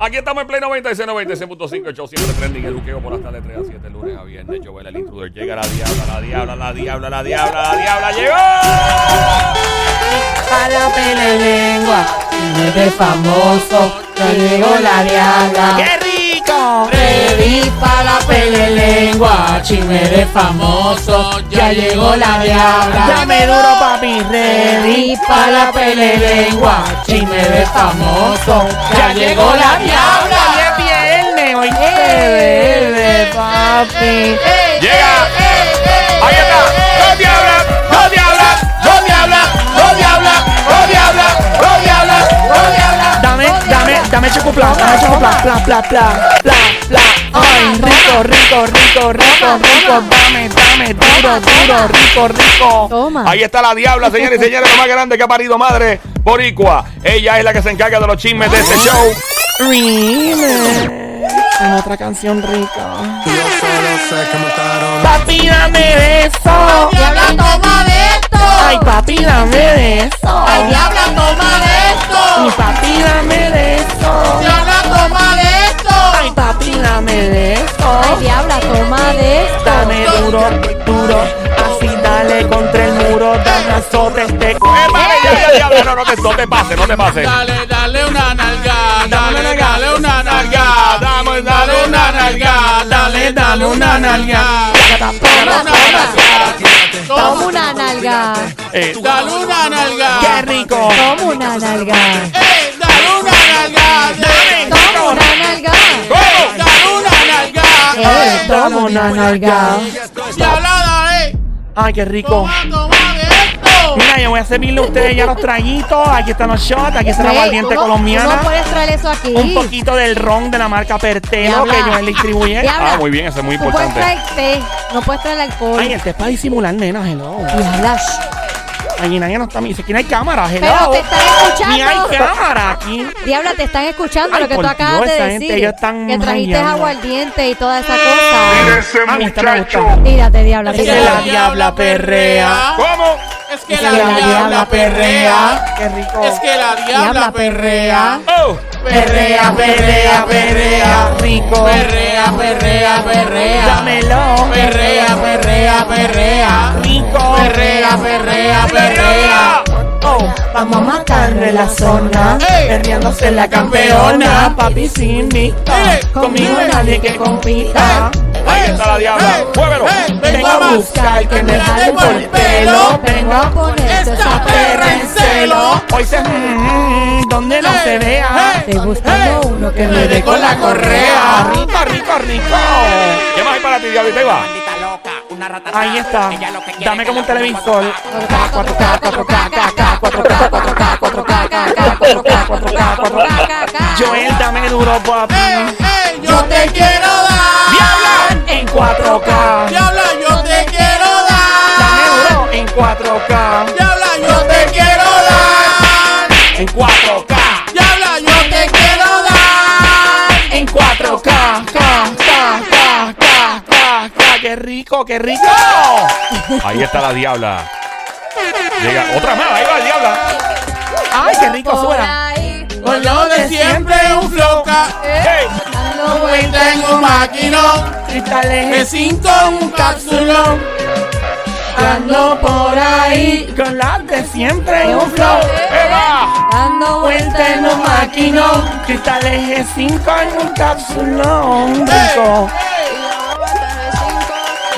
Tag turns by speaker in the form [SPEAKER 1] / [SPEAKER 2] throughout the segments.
[SPEAKER 1] Aquí estamos en Play 96, 96.5, el show siempre trending, el buqueo por las tardes 3 a 7, lunes a viernes, Joel, el intruder, llega la diabla, la diabla, la diabla, la diabla, la diabla, llegó.
[SPEAKER 2] A la pele lengua, no es famoso, ya llegó la diabla.
[SPEAKER 1] ¡Qué rico!
[SPEAKER 2] Ready para la pele lengua, chisme de famoso, ya llegó la diabla.
[SPEAKER 3] Dame duro, papi,
[SPEAKER 2] Ready para la pele lengua, chisme de famoso, ya llegó la diabla.
[SPEAKER 3] Hoy es viernes, hoy
[SPEAKER 2] Qué bebé, papi.
[SPEAKER 1] ¡Llega! ¡Ahí está! ¡Dos diablas! ¡Dos diablas! ¡Dos diablas! ¡Dos diablas! ¡Dos diablas! ¡Dos diablas! ¡Dos diablas!
[SPEAKER 3] Dame, dame, dame chocoplan, dame chocoplan, pla, pla, pla, pla, pla. Ay, rico, rico, rico, rico, rico, dame, dame, duro, duro, rico, rico.
[SPEAKER 2] Toma.
[SPEAKER 1] Ahí está la diabla, señores y señores, lo más grande que ha parido madre boricua. Ella es la que se encarga de los chismes de este show.
[SPEAKER 3] Remix. En otra canción rica.
[SPEAKER 4] Yo solo sé que mataron.
[SPEAKER 3] Papi, dame de eso.
[SPEAKER 5] Diabla, toma de esto.
[SPEAKER 3] Ay, papi, dame de eso.
[SPEAKER 5] Ay, diabla, toma de
[SPEAKER 3] Mi
[SPEAKER 5] esto.
[SPEAKER 3] papi, dame de eso.
[SPEAKER 5] Diabla, toma de
[SPEAKER 3] Ay,
[SPEAKER 5] esto.
[SPEAKER 3] papi, dame de
[SPEAKER 2] Ay,
[SPEAKER 3] eso.
[SPEAKER 2] diabla, toma de esto.
[SPEAKER 3] Dame duro, duro, así dale contra el muro, dame azote este cu-
[SPEAKER 1] ¡Eh, madre, ya, ya, diabla! No, no te, no te pases, no te pases.
[SPEAKER 6] Dale, dale una nalga,
[SPEAKER 3] Dame una
[SPEAKER 6] dale,
[SPEAKER 3] nalga.
[SPEAKER 6] dale una nalga, dame, dale una nalga, dale, dale una nalga, dale una nalga,
[SPEAKER 2] Toma una nalga,
[SPEAKER 1] Eh,
[SPEAKER 6] dale una nalga,
[SPEAKER 3] ¡Qué rico!
[SPEAKER 2] toma una nalga,
[SPEAKER 6] eh, dale una nalga, dale,
[SPEAKER 2] toma una nalga,
[SPEAKER 1] ¡Fuego!
[SPEAKER 6] dale una nalga,
[SPEAKER 2] eh, toma una nalga.
[SPEAKER 6] diabla, dale,
[SPEAKER 3] ¡Ay, qué rico!
[SPEAKER 6] toma, toma de esto.
[SPEAKER 3] Mira, yo voy a servirle a ustedes ya los traguitos. Aquí están los shots, aquí está la
[SPEAKER 2] Rey, tú
[SPEAKER 3] valiente
[SPEAKER 2] no- tú No
[SPEAKER 3] colombiana.
[SPEAKER 2] puedes traer eso aquí.
[SPEAKER 3] Un poquito del ron de la marca Pertelo
[SPEAKER 2] Diabla.
[SPEAKER 3] que yo le distribuye.
[SPEAKER 2] Diabla,
[SPEAKER 1] Ah, muy bien, eso es muy
[SPEAKER 2] No puedes
[SPEAKER 1] importante.
[SPEAKER 2] traer té, no puedes traer alcohol.
[SPEAKER 3] Ay, este es para disimular, nena, hello.
[SPEAKER 2] Diabla, shh.
[SPEAKER 3] Ay, nadie no está. Dice que no hay cámara, hello.
[SPEAKER 2] Pero te están
[SPEAKER 3] Ni hay
[SPEAKER 2] escuchando.
[SPEAKER 3] cámara aquí.
[SPEAKER 2] Diabla, te están escuchando
[SPEAKER 3] Ay,
[SPEAKER 2] lo que
[SPEAKER 3] por
[SPEAKER 2] tú acabas
[SPEAKER 3] Dios,
[SPEAKER 2] de
[SPEAKER 3] esa
[SPEAKER 2] decir.
[SPEAKER 3] gente, ellos están
[SPEAKER 2] que trajiste
[SPEAKER 3] rayando.
[SPEAKER 2] aguardiente y toda esa cosa.
[SPEAKER 3] A mí esta me gusta.
[SPEAKER 2] Tírate, diabla.
[SPEAKER 3] Esa
[SPEAKER 2] tírate.
[SPEAKER 3] es la diabla perrea.
[SPEAKER 1] ¿Cómo?
[SPEAKER 6] Es que la diabla perrea,
[SPEAKER 3] Qué rico.
[SPEAKER 6] es que la diabla perrea,
[SPEAKER 1] ¡Oh!
[SPEAKER 6] perrea, perrea, perrea,
[SPEAKER 3] rico.
[SPEAKER 6] perrea, perrea, perrea.
[SPEAKER 3] Dámelo.
[SPEAKER 6] Perrea, perrea, perrea.
[SPEAKER 3] Rico.
[SPEAKER 6] Perrea, perrea, perrea.
[SPEAKER 3] Oh, vamos a matarle la zona.
[SPEAKER 6] Ey.
[SPEAKER 3] Perreándose la campeona.
[SPEAKER 6] Campeona.
[SPEAKER 3] Papi sin mi
[SPEAKER 6] Ey.
[SPEAKER 3] Conmigo
[SPEAKER 6] Ey.
[SPEAKER 3] nadie que compita.
[SPEAKER 1] Ahí está la diabla. Muévelo.
[SPEAKER 3] Vengo a buscar que me jale por el pelo.
[SPEAKER 2] Vengo a ponerte esa perra en celo.
[SPEAKER 3] Hoy se. Mm, donde no se vea.
[SPEAKER 2] Estoy buscando uno que me dé
[SPEAKER 6] con la correa.
[SPEAKER 3] Rico, rico, rico.
[SPEAKER 1] ¿Qué más hay para ti, diablita? Ahí va.
[SPEAKER 3] Ahí está. Dame como un televisor.
[SPEAKER 2] 4K, 4K, 4K, 4K, 4K, 4K, 4K, 4K, 4K, 4K.
[SPEAKER 3] Joel, dame duro, papi.
[SPEAKER 6] Ey, ey, Eh, yo te quiero dar.
[SPEAKER 3] ¡Diabla! En 4K.
[SPEAKER 6] Diabla, yo te quiero
[SPEAKER 3] Dame
[SPEAKER 6] dar.
[SPEAKER 3] duro en 4K.
[SPEAKER 6] Diabla, yo te quiero dar.
[SPEAKER 3] En 4K.
[SPEAKER 6] Diabla, yo te quiero dar.
[SPEAKER 3] En 4K. K, K, K, K, K, K. ¡Qué rico, qué rico!
[SPEAKER 1] Ahí está la diabla. Llega otra más, ahí va la diabla.
[SPEAKER 3] ¡Ay, qué rico
[SPEAKER 2] Por
[SPEAKER 3] suena!
[SPEAKER 2] ahí,
[SPEAKER 6] Con lo de siempre un floca.
[SPEAKER 1] ¡Hey!
[SPEAKER 2] dando
[SPEAKER 6] Hoy
[SPEAKER 2] vueltas.
[SPEAKER 6] tengo un maquinón. De
[SPEAKER 3] Cristales
[SPEAKER 6] cinco un capsulón.
[SPEAKER 3] estando por ahí. Con las de siempre un flow.
[SPEAKER 1] ¡Eva!
[SPEAKER 2] Dando
[SPEAKER 3] Vuelta
[SPEAKER 2] vueltas
[SPEAKER 3] en un maquinón. Cristales G5 en un capsulón.
[SPEAKER 6] Ey,
[SPEAKER 3] Rico.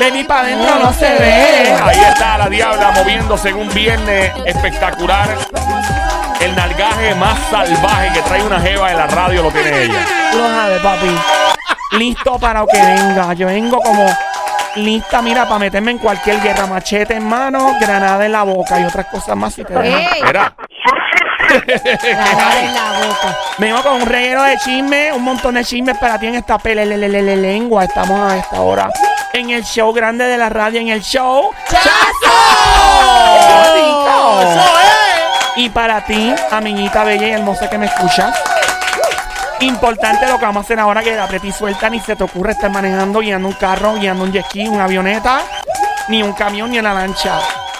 [SPEAKER 3] Baby, pa' dentro no se ve.
[SPEAKER 1] Ahí está la diabla moviéndose en un viernes espectacular. El nalgaje más salvaje que trae una jeva en la radio lo tiene ella.
[SPEAKER 3] Lo sabe, papi. Listo para lo que venga. Yo vengo como lista, mira, para meterme en cualquier guerra. Machete en mano, granada en la boca y otras cosas más si te dejan.
[SPEAKER 2] ¡Ey!
[SPEAKER 1] Era.
[SPEAKER 2] Clavada en la boca.
[SPEAKER 3] Me vengo con un reguero de chismes, un montón de chismes para ti en esta pele le- le- le- le- lengua. Estamos a esta hora en el show grande de la radio, en el show. ¡Qué rico!
[SPEAKER 6] Eso es.
[SPEAKER 3] eh. Y para ti, amiguita bella y hermosa que me escuchas, importante lo que vamos a hacer ahora que la preti suelta ni se te ocurre estar manejando, guiando un carro, guiando un jet ski, una avioneta, ni un camión, ni una lancha,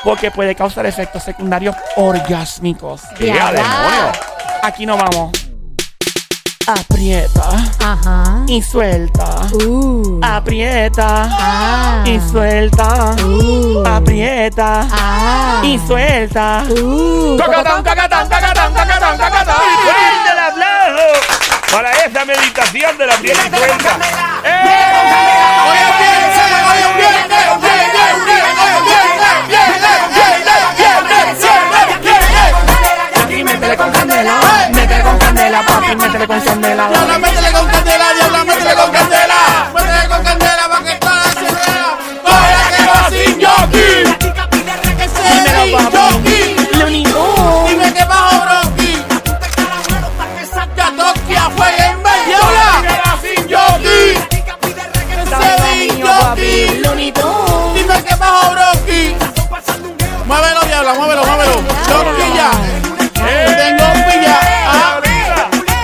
[SPEAKER 3] porque puede causar efectos secundarios orgásmicos.
[SPEAKER 1] ¡Ea,
[SPEAKER 2] Diabla.
[SPEAKER 1] demonio!
[SPEAKER 3] Aquí nos vamos. Aprieta
[SPEAKER 2] Ajá.
[SPEAKER 3] y suelta.
[SPEAKER 2] Uh.
[SPEAKER 3] Aprieta
[SPEAKER 2] Ah.
[SPEAKER 3] y suelta.
[SPEAKER 2] Uh.
[SPEAKER 3] Aprieta
[SPEAKER 2] Ah.
[SPEAKER 3] y suelta.
[SPEAKER 2] Uh.
[SPEAKER 6] Tacatán, tacatán, tacatán, tacatán, tacatán.
[SPEAKER 3] ¡Fuerte el aplauso! Para esta meditación de la piel y cuenta.
[SPEAKER 6] Hoy es viernes, hoy es viernes, viernes, viernes, viernes, viernes, viernes, viernes, viernes, viernes.
[SPEAKER 3] Aquí métele con candela, métele con candela, papi, métele con candela.
[SPEAKER 6] Diabla, métele con candela, diabla, métele con candela.
[SPEAKER 5] Métele con candela pa' que toda se vea.
[SPEAKER 6] Para que va sin jockey.
[SPEAKER 5] Chica pide requesete.
[SPEAKER 3] Dímelo,
[SPEAKER 6] Jockey.
[SPEAKER 3] Lo único.
[SPEAKER 6] Dime que bajo bronqui. Ya toque a fuego en medio. Diabla, sin jockey.
[SPEAKER 5] Chica pide requesete.
[SPEAKER 6] Sedin jockey. Dime que bajo bronqui. Muévelo, diabla, muévelo, muévelo. Jonquilla.
[SPEAKER 1] Eh,
[SPEAKER 6] Tengo pilla. Ah,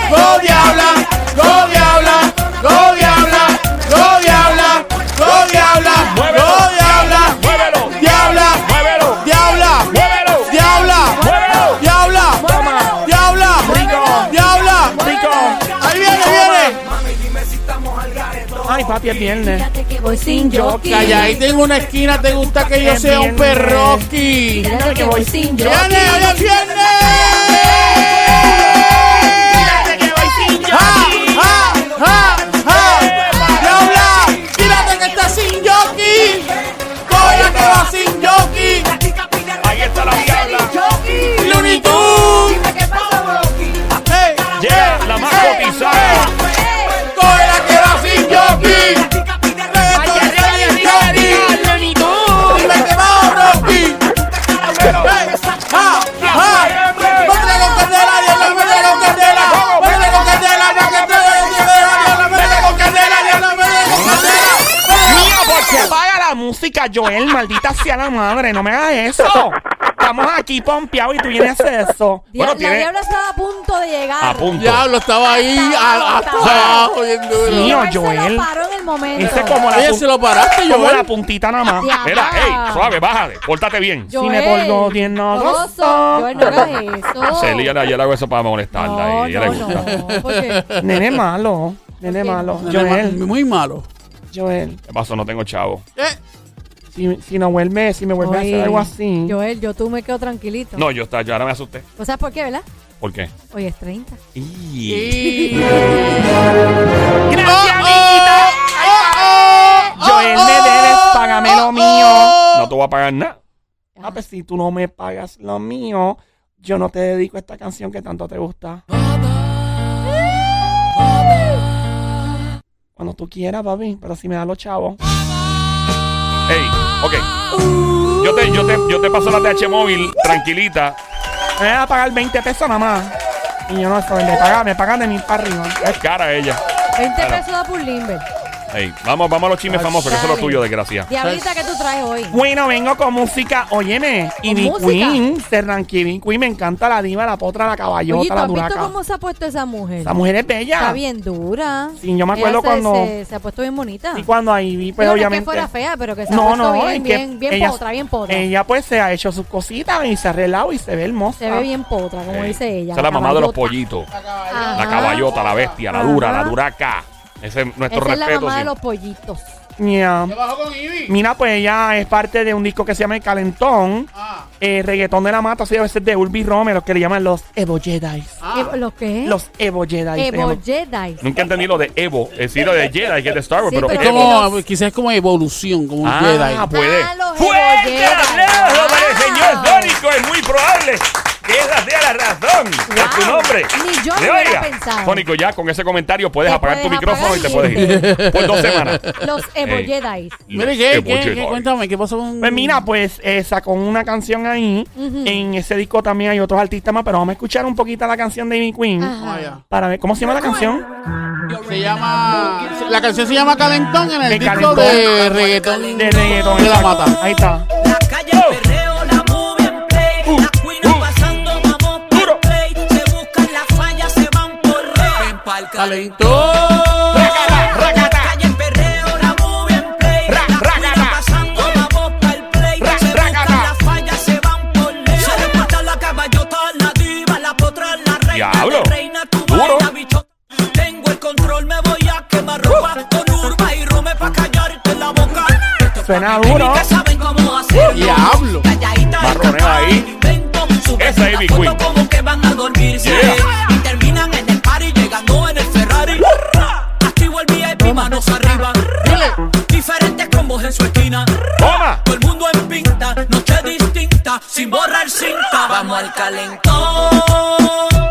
[SPEAKER 6] Go diabla, go diabla, go diabla, go diabla, go diabla,
[SPEAKER 3] Muévelo.
[SPEAKER 6] go diabla,
[SPEAKER 3] Muévelo,
[SPEAKER 6] diabla,
[SPEAKER 3] muévelo,
[SPEAKER 6] diabla,
[SPEAKER 3] muévelo,
[SPEAKER 6] diabla,
[SPEAKER 3] muévelo.
[SPEAKER 6] diabla,
[SPEAKER 3] Toma.
[SPEAKER 6] diabla,
[SPEAKER 3] Rico.
[SPEAKER 6] diabla.
[SPEAKER 3] Rico.
[SPEAKER 6] Ahí viene, viene.
[SPEAKER 3] Ay, papi, es viernes.
[SPEAKER 2] Fíjate que voy sin jockey.
[SPEAKER 6] Calla, ahí tengo una esquina, te gusta que yo
[SPEAKER 3] Es
[SPEAKER 6] sea un
[SPEAKER 3] viernes.
[SPEAKER 6] perroqui.
[SPEAKER 2] Fíjate que voy sin
[SPEAKER 6] ¡Viene,
[SPEAKER 2] jockey.
[SPEAKER 6] hoy es viernes!
[SPEAKER 3] Fíjate que voy sin
[SPEAKER 2] Ah.
[SPEAKER 6] ¡Ja,
[SPEAKER 3] jockey.
[SPEAKER 6] ja, ja, ja! ¡Diabla! ¡Tírate que está sin jockey! ¡Coya que va sin jockey!
[SPEAKER 3] Ahí está la diabla.
[SPEAKER 6] ¡Looney Tunes! ¡Hey!
[SPEAKER 3] Yeah, la más cotizada.
[SPEAKER 6] ¡Coya que va sin jockey! ¡Reggaetón sin jockey! ¡Dime que va Rocky! ¡Hey! ¡Ja, ja! ¡Métele con candela, diabla! ¡Métele con candela! ¡Métele con candela! ¡Para que te vea, diabla! ¡Métele con candela, diabla! ¡Métele con candela!
[SPEAKER 3] Mía, ¿por qué apaga la música, Joel? Maldita sea la madre, no me hagas eso. Estamos aquí pompeados y tú vienes a hacer eso.
[SPEAKER 2] Dia- la diabla estaba a punto de llegar.
[SPEAKER 1] A punto.
[SPEAKER 6] Diablo, estaba ahí a- hasta abajo bien duro.
[SPEAKER 3] Sí. Mío,
[SPEAKER 2] Él se
[SPEAKER 3] Joel.
[SPEAKER 2] lo paró en el momento.
[SPEAKER 3] Ese es como la,
[SPEAKER 6] Oye,
[SPEAKER 3] pun-
[SPEAKER 6] se lo paraste,
[SPEAKER 3] como la
[SPEAKER 6] Joel.
[SPEAKER 3] puntita nada más.
[SPEAKER 2] Diabla.
[SPEAKER 1] Este Mira, ey, suave, bájale. Pórtate bien.
[SPEAKER 3] Si me polgo bien, no gozo.
[SPEAKER 2] Joel, no hagas eso.
[SPEAKER 1] Celia, yo le hago eso para molestarla.
[SPEAKER 2] No,
[SPEAKER 1] y ella le
[SPEAKER 2] no,
[SPEAKER 1] gusta.
[SPEAKER 2] no, porque-
[SPEAKER 3] Nene malo. Nene malo. Joel,
[SPEAKER 6] Muy malo.
[SPEAKER 3] Joel.
[SPEAKER 1] ¿Qué pasó? No tengo chavo.
[SPEAKER 6] Eh,
[SPEAKER 3] Si, si no vuelve, si me vuelve a hacer
[SPEAKER 2] Oye,
[SPEAKER 3] algo así.
[SPEAKER 2] Joel, yo tú me quedo tranquilito.
[SPEAKER 1] No, yo, está, yo ahora me asusté.
[SPEAKER 2] ¿O sabes por qué, verdad?
[SPEAKER 1] ¿Por qué?
[SPEAKER 2] Hoy es 30.
[SPEAKER 1] Y...
[SPEAKER 6] y-
[SPEAKER 3] Gracias, amiguita. Joel, me debes, págame
[SPEAKER 6] Oh,
[SPEAKER 3] lo mío.
[SPEAKER 1] No te voy a pagar nada.
[SPEAKER 3] Ah, pues si tú no me pagas lo mío, yo no te dedico a esta canción que tanto te gusta. Cuando tú quieras, papi, pero si me das los chavos.
[SPEAKER 1] Ey, ok. Yo te, yo, te, yo te paso la TH móvil, tranquilita.
[SPEAKER 3] Me vas a pagar 20 pesos nada más. Y yo no, eso, me pagan, me pagan de mil para arriba.
[SPEAKER 1] Es cara ella.
[SPEAKER 2] 20
[SPEAKER 1] Claro.
[SPEAKER 2] pesos da por Limber.
[SPEAKER 1] Ey, vamos, vamos a los chismes famosos, que eso es lo
[SPEAKER 2] Dale.
[SPEAKER 1] tuyo, desgracia.
[SPEAKER 2] Diablita, ¿qué tú traes hoy?
[SPEAKER 3] Bueno, vengo con música, óyeme. Y mi
[SPEAKER 2] música?
[SPEAKER 3] Queen, se Queen, Queen, me encanta la diva, la potra, la caballota,
[SPEAKER 2] Oye, ¿tú
[SPEAKER 3] la
[SPEAKER 2] has visto
[SPEAKER 3] duraca.
[SPEAKER 2] cómo se ha puesto esa mujer?
[SPEAKER 3] Esa mujer es bella.
[SPEAKER 2] Está bien dura.
[SPEAKER 3] Sí, yo me
[SPEAKER 2] Ella
[SPEAKER 3] acuerdo
[SPEAKER 2] se-
[SPEAKER 3] cuando-
[SPEAKER 2] Se, se ha puesto bien bonita.
[SPEAKER 3] Y cuando ahí vi,
[SPEAKER 2] Digo, no
[SPEAKER 3] pues
[SPEAKER 2] es
[SPEAKER 3] obviamente.
[SPEAKER 2] que fuera fea, pero que se ha puesto bien,
[SPEAKER 3] es que
[SPEAKER 2] bien, bien
[SPEAKER 3] ella-
[SPEAKER 2] potra, bien potra.
[SPEAKER 3] Ella pues se ha hecho sus cositas y se ha arreglado y se ve hermosa.
[SPEAKER 2] se ve bien potra, como
[SPEAKER 1] Ey,
[SPEAKER 2] dice ella.
[SPEAKER 1] Esa es la mamá de los
[SPEAKER 2] caballota.
[SPEAKER 1] pollitos.
[SPEAKER 3] Ah.
[SPEAKER 2] Ajá.
[SPEAKER 1] La caballota, la bestia, la dura,
[SPEAKER 2] Ajá.
[SPEAKER 1] la duraca. Ese es nuestro
[SPEAKER 2] Esa es la
[SPEAKER 1] respeto.
[SPEAKER 2] mamá de
[SPEAKER 1] sí.
[SPEAKER 2] los pollitos.
[SPEAKER 3] Yeah.
[SPEAKER 6] ¿Qué bajó con Ivy?
[SPEAKER 3] Mira, pues ella es parte de un disco que se llama El Calentón.
[SPEAKER 6] Ah,
[SPEAKER 3] eh, reggaetón de la mata, así a veces de Urbi Romero, que le llaman los Evo Jedi.
[SPEAKER 2] Eh, ¿Los qué?
[SPEAKER 3] Ah. Los Evo Jedi. se
[SPEAKER 2] Evo
[SPEAKER 3] llaman.
[SPEAKER 2] Jedi.
[SPEAKER 1] Nunca entendí lo de Evo, es decir, lo de Jedi, que es de Star Wars,
[SPEAKER 2] Sí,
[SPEAKER 1] pero,
[SPEAKER 2] pero-
[SPEAKER 6] es
[SPEAKER 1] Evo.
[SPEAKER 6] como, quizás es como evolución, como un
[SPEAKER 1] Ah,
[SPEAKER 6] Jedi.
[SPEAKER 1] puede.
[SPEAKER 2] Ah, los Evo
[SPEAKER 1] ¡Fuerte
[SPEAKER 2] Jedi.
[SPEAKER 1] aplauso para el
[SPEAKER 2] Wow.
[SPEAKER 1] señor Dórico! Es muy probable que esa sea la razón de
[SPEAKER 2] Wow.
[SPEAKER 1] tu nombre.
[SPEAKER 2] Ni yo
[SPEAKER 1] ¿Le
[SPEAKER 2] lo hubiera
[SPEAKER 1] oiga?
[SPEAKER 2] pensado.
[SPEAKER 1] Sónico, ya con ese comentario puedes
[SPEAKER 2] Te
[SPEAKER 1] apagar tu
[SPEAKER 2] puedes
[SPEAKER 1] micrófono
[SPEAKER 2] apagar
[SPEAKER 1] y te
[SPEAKER 2] y
[SPEAKER 1] puedes ir. Por dos semanas.
[SPEAKER 2] Los Evo
[SPEAKER 1] Ey.
[SPEAKER 2] Jedi.
[SPEAKER 6] Mire,
[SPEAKER 1] Los
[SPEAKER 6] ¿qué,
[SPEAKER 1] Evo
[SPEAKER 6] qué,
[SPEAKER 1] Jedi.
[SPEAKER 6] qué? Cuéntame, ¿qué pasó con...?
[SPEAKER 3] Pues mira, pues eh, sacó una canción ahí.
[SPEAKER 2] Ujú.
[SPEAKER 3] En ese disco también hay otros artistas más, pero vamos a escuchar un poquito la canción de Amy Queen.
[SPEAKER 6] Vamos allá.
[SPEAKER 3] Para ver, ¿cómo se
[SPEAKER 6] Ah,
[SPEAKER 3] llama la canción?
[SPEAKER 6] Se llama... La canción se llama Calentón en el
[SPEAKER 3] De
[SPEAKER 6] disco de
[SPEAKER 3] Calentón.
[SPEAKER 6] reggaetón.
[SPEAKER 3] De reggaetón.
[SPEAKER 6] De la
[SPEAKER 3] exacto.
[SPEAKER 6] mata.
[SPEAKER 3] Ahí está.
[SPEAKER 7] La calle, el perreo, la movie en play.
[SPEAKER 3] Uh,
[SPEAKER 7] Las cuinas pasando, vamos
[SPEAKER 1] Duro.
[SPEAKER 7] por play. Se buscan las fallas, se van por rey. Ven pa'l
[SPEAKER 6] Calentón.
[SPEAKER 7] La calle, el perreo, la movie en play.
[SPEAKER 1] Ra-
[SPEAKER 7] Las
[SPEAKER 1] racata.
[SPEAKER 7] cuinas pasando, vamos pa'l play.
[SPEAKER 1] Ra-
[SPEAKER 7] Se
[SPEAKER 1] racata.
[SPEAKER 7] buscan las fallas, se van por rey. Se reporta la caballota, la diva, la potra, la reina.
[SPEAKER 1] Diablo.
[SPEAKER 7] de reina, tu
[SPEAKER 1] Duro. Uh.
[SPEAKER 7] vaina, bichota. Con urba y rume pa' callarte la boca. Estos
[SPEAKER 3] Suena
[SPEAKER 7] papi
[SPEAKER 3] duro.
[SPEAKER 7] baby que saben cómo hacerlo.
[SPEAKER 1] Diablo.
[SPEAKER 7] Calladita es
[SPEAKER 1] Marroneo
[SPEAKER 7] capaz,
[SPEAKER 1] ahí.
[SPEAKER 7] invento, suben
[SPEAKER 1] Esa es
[SPEAKER 7] la
[SPEAKER 1] mi
[SPEAKER 7] foto
[SPEAKER 1] queen.
[SPEAKER 7] como que van a dormirse.
[SPEAKER 1] Yeah.
[SPEAKER 7] Y terminan en el party llegando en el Ferrari. Activo el VIP, manos arriba. Diferentes combos en su esquina.
[SPEAKER 1] Toma.
[SPEAKER 7] Todo el mundo en pinta, noche distinta, sin borrar cinta. Vamos al calentón.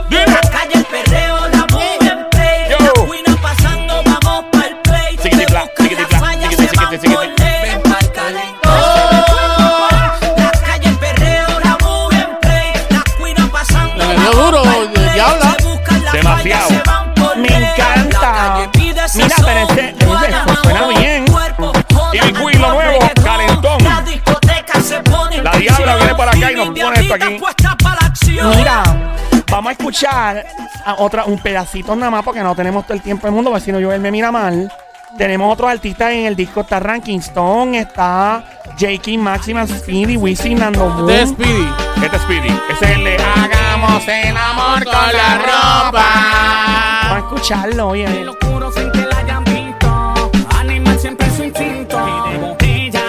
[SPEAKER 1] Dime.
[SPEAKER 7] La calle, el perreo, la movie en play.
[SPEAKER 1] Yo.
[SPEAKER 7] La cuina pasando, vamos pa'l play. Te
[SPEAKER 1] Siquiti, bla,
[SPEAKER 7] buscan
[SPEAKER 1] siquiti,
[SPEAKER 7] la
[SPEAKER 1] bla,
[SPEAKER 7] falla,
[SPEAKER 1] siquiti,
[SPEAKER 7] se van
[SPEAKER 1] siquiti, siquiti.
[SPEAKER 7] por ley. Ven pa'l calentón. La calle, el perreo, la movie en play. La cuina pasando,
[SPEAKER 2] Le dio duro, diabla.
[SPEAKER 7] Se buscan la
[SPEAKER 1] Demasiado.
[SPEAKER 7] falla, se van por
[SPEAKER 3] Me
[SPEAKER 7] ley.
[SPEAKER 3] encanta.
[SPEAKER 7] La calle pide
[SPEAKER 3] Mira,
[SPEAKER 7] sazón,
[SPEAKER 3] pero este- este
[SPEAKER 7] guayabao,
[SPEAKER 3] suena bien.
[SPEAKER 7] cuerpo, joda,
[SPEAKER 1] Y mi Queen, lo nuevo,
[SPEAKER 7] reggaetón.
[SPEAKER 1] calentón.
[SPEAKER 7] La discoteca se pone en
[SPEAKER 1] La diabla
[SPEAKER 7] tensión.
[SPEAKER 1] viene por acá y nos
[SPEAKER 7] mi
[SPEAKER 1] pone esto
[SPEAKER 7] diablita
[SPEAKER 1] aquí.
[SPEAKER 7] puesta pa' la acción.
[SPEAKER 3] Mira, vamos a escuchar a otra, un pedacito nada más porque no tenemos todo el tiempo del mundo, porque si no yo él me mira mal. Tenemos otros artistas en el disco, está Ranking Stone, está J.K. Maximan, Speedy, Wisin, Nando Moon.
[SPEAKER 2] De Speedy.
[SPEAKER 1] Este es Speedy. Ese es el de Hagamos el amor con la ropa.
[SPEAKER 3] Vamos a escucharlo, oye.
[SPEAKER 8] locuro sin que la hayan visto. Animal siempre es su instinto. Y de botella,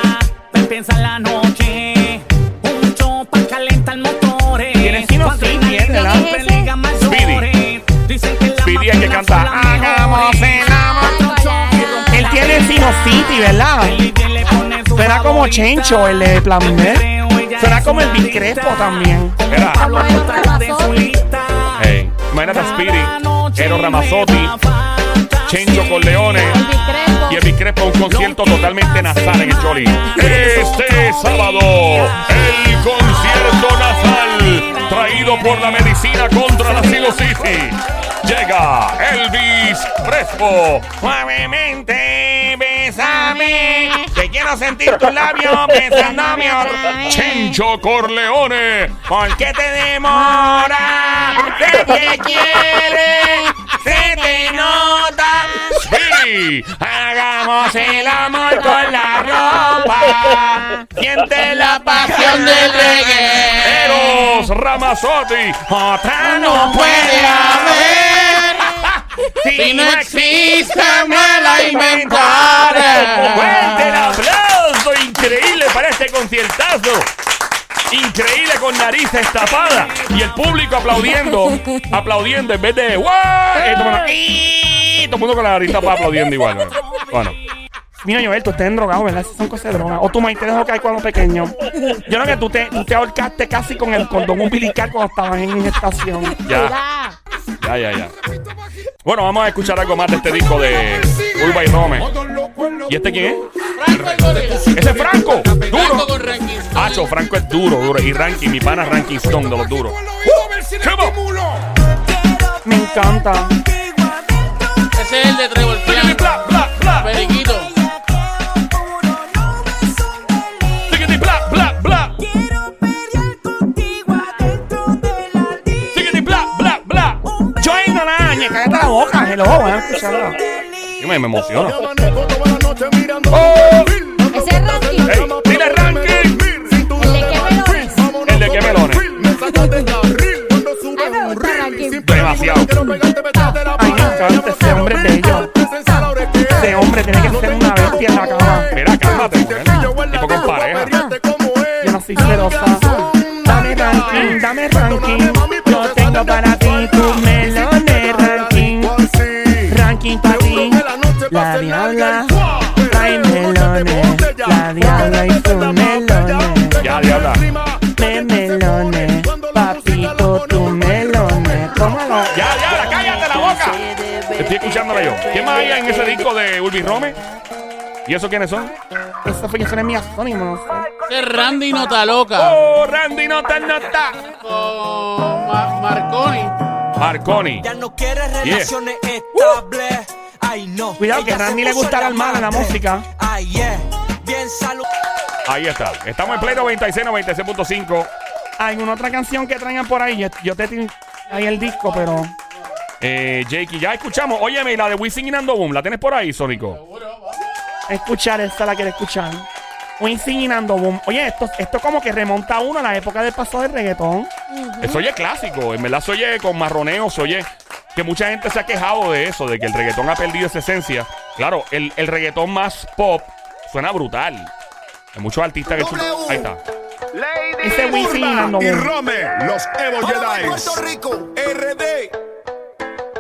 [SPEAKER 8] empieza la noche. Un show pa' calentar motores.
[SPEAKER 3] Tiene sino
[SPEAKER 8] Cuando
[SPEAKER 3] sí,
[SPEAKER 8] la
[SPEAKER 3] bien,
[SPEAKER 8] liga
[SPEAKER 3] ¿verdad?
[SPEAKER 8] siempre liga mayores. Dicen que la
[SPEAKER 1] Speedy es que
[SPEAKER 8] materna
[SPEAKER 1] canta,
[SPEAKER 8] son las
[SPEAKER 1] "Hagamos
[SPEAKER 8] mejores".
[SPEAKER 1] el amor".
[SPEAKER 8] Otro show que rompe
[SPEAKER 3] Él
[SPEAKER 8] la
[SPEAKER 3] tiene
[SPEAKER 8] pista.
[SPEAKER 3] sinusitis, ¿verdad?
[SPEAKER 8] El DJ le pone su
[SPEAKER 3] Suena como
[SPEAKER 8] favorita.
[SPEAKER 3] Chencho, el de Plan B.
[SPEAKER 8] Creo ella
[SPEAKER 3] Suena
[SPEAKER 8] es
[SPEAKER 3] como el
[SPEAKER 8] una
[SPEAKER 3] Big Crespo
[SPEAKER 8] adicta.
[SPEAKER 3] también.
[SPEAKER 8] Como
[SPEAKER 1] Era.
[SPEAKER 8] Pablo Escobar de su lista.
[SPEAKER 1] Hey, imagínate a Speedy, Ero Ramazzotti, Chencho Corleone y Elvis Crespo un concierto totalmente nasal en el Choli. Este sábado, el concierto nasal traído por la medicina contra la sinusitis. Llega Elvis Crespo.
[SPEAKER 3] Suavemente, besame. Que quiero sentir tus labios besándome otra vez.
[SPEAKER 1] Chencho Corleone.
[SPEAKER 3] ¿Por qué te demora? Se te quiere, se te nota.
[SPEAKER 1] Speedy.
[SPEAKER 3] Hagamos el amor con la ropa. Siente la pasión del reggae.
[SPEAKER 1] Eros Ramazzotti.
[SPEAKER 3] Otra no puede haber. Si no existe, me la
[SPEAKER 1] Fuerte el
[SPEAKER 3] inventaré.
[SPEAKER 1] aplauso, increíble para este conciertazo. Increíble con narices tapadas y el público aplaudiendo, aplaudiendo en vez de ¡guau! Eh, todo el mundo, "Ih", todo el mundo con la nariz tapada aplaudiendo igual. ¿no? Bueno,
[SPEAKER 3] Mira, Joel, tú estás drogado, ¿verdad? Esas son cosas de droga. O tu maíz te dejó caer cuando pequeño. Yo creo que tú te, tú te ahorcaste casi con el condón umbilical cuando estabas en estación.
[SPEAKER 1] ya, ya, ya, ya. Bueno, vamos a escuchar algo más de este disco de Urba y Rome. ¿Y este quién es? Ese es Franco, duro. Hacho, Franco es duro, duro. Y Ranking, mi pana Ranking Stone de los duros. Uh, Come on.
[SPEAKER 3] Me encanta.
[SPEAKER 2] Ese es el de Trevor
[SPEAKER 1] Tiquiti,
[SPEAKER 2] Piano.
[SPEAKER 1] bla, bla, bla.
[SPEAKER 2] Periquito.
[SPEAKER 1] Tiquiti, bla, bla, bla. Tiquiti, bla, bla, bla.
[SPEAKER 3] Joel, no la dañes, cállate la boca. Hello, van a escucharla.
[SPEAKER 1] Yo me, me emociono. Oh,
[SPEAKER 9] Ese es Ranking.
[SPEAKER 1] Ey, dile ranking.
[SPEAKER 9] El de qué melones.
[SPEAKER 1] El de qué melones.
[SPEAKER 9] Ah, me gusta Ranking.
[SPEAKER 1] Demasiado.
[SPEAKER 3] Ay, me encanta ese hombre es bello. Ese Este hombre tiene que ser una bestia en la cama.
[SPEAKER 1] Mira, cálmate, mujer. Tipo con pareja.
[SPEAKER 3] Yo no soy celosa. Dame ranking, dame ranking. Yo tengo para ti tus melones ranking. Ranking para ti. La diabla. Trae melones. La diabla y sus melones.
[SPEAKER 1] Ya, diabla.
[SPEAKER 3] Me melones. Papito, tus melones. Tómalo.
[SPEAKER 1] Ya, diabla, cállate la boca. Estoy escuchándola yo. ¿Quién más había en ese disco de Urbi Rome? ¿Y esos quiénes son?
[SPEAKER 3] Eso fue que suena mi asónimo, no sé.
[SPEAKER 2] Ese es Randy Nota
[SPEAKER 6] Ah.
[SPEAKER 2] Loca.
[SPEAKER 1] Oh, Randy Nota, Nota.
[SPEAKER 2] Con Ma- Marconi.
[SPEAKER 1] Marconi.
[SPEAKER 7] Ya no quiere relaciones estables. Ay, no.
[SPEAKER 3] Cuidado, que
[SPEAKER 7] Ella se
[SPEAKER 3] Randy le
[SPEAKER 7] puso
[SPEAKER 3] gusta al mal a la
[SPEAKER 7] madre.
[SPEAKER 3] música.
[SPEAKER 7] Ay, yeah. Bien salud.
[SPEAKER 1] Ahí está. Estamos en Play 96, 96.5.
[SPEAKER 3] ¿Alguna otra canción que traigan por ahí? Yo, yo te tengo ahí el disco, pero.
[SPEAKER 1] Eh, Jakey, ya escuchamos. Óyeme, y la de Wisin y Nando Boom, ¿la tienes por ahí, Sónico?
[SPEAKER 3] Escuchar, esta la quiero escuchar. Wisin y Nando Boom. Oye, esto, esto como que remonta a uno a la época del pasado del reggaetón.
[SPEAKER 1] Eso oye clásico. En verdad se oye con marroneo, se oye que mucha gente se ha quejado de eso, de que el reggaetón ha perdido esa esencia. Claro, el, el reggaetón más pop suena brutal. Hay muchos artistas que
[SPEAKER 4] W.
[SPEAKER 1] Ahí está.
[SPEAKER 3] Ese Wisin
[SPEAKER 4] Urba
[SPEAKER 3] no.
[SPEAKER 4] y Rome, los Evo
[SPEAKER 6] Hola,
[SPEAKER 4] Jedi.
[SPEAKER 6] Puerto Rico.
[SPEAKER 4] RD.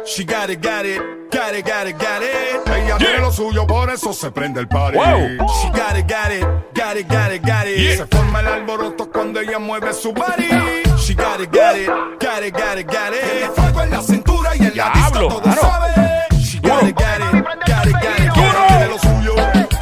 [SPEAKER 4] She got it, got it, got it, got it, got it. Ella tiene lo suyo, por eso se prende el party.
[SPEAKER 1] Wow.
[SPEAKER 4] She got it, got it, got it, got it, got it.
[SPEAKER 1] Yeah.
[SPEAKER 4] Se forma el alboroto cuando ella mueve su body. She got it, got it, got it, got it, got it. Tiene fuego en la cintura y en la pista
[SPEAKER 1] Diablo,
[SPEAKER 4] todo
[SPEAKER 1] claro.
[SPEAKER 4] sabe. She got it, got it, got it, got it.
[SPEAKER 1] Duro.
[SPEAKER 4] Ella tiene lo suyo,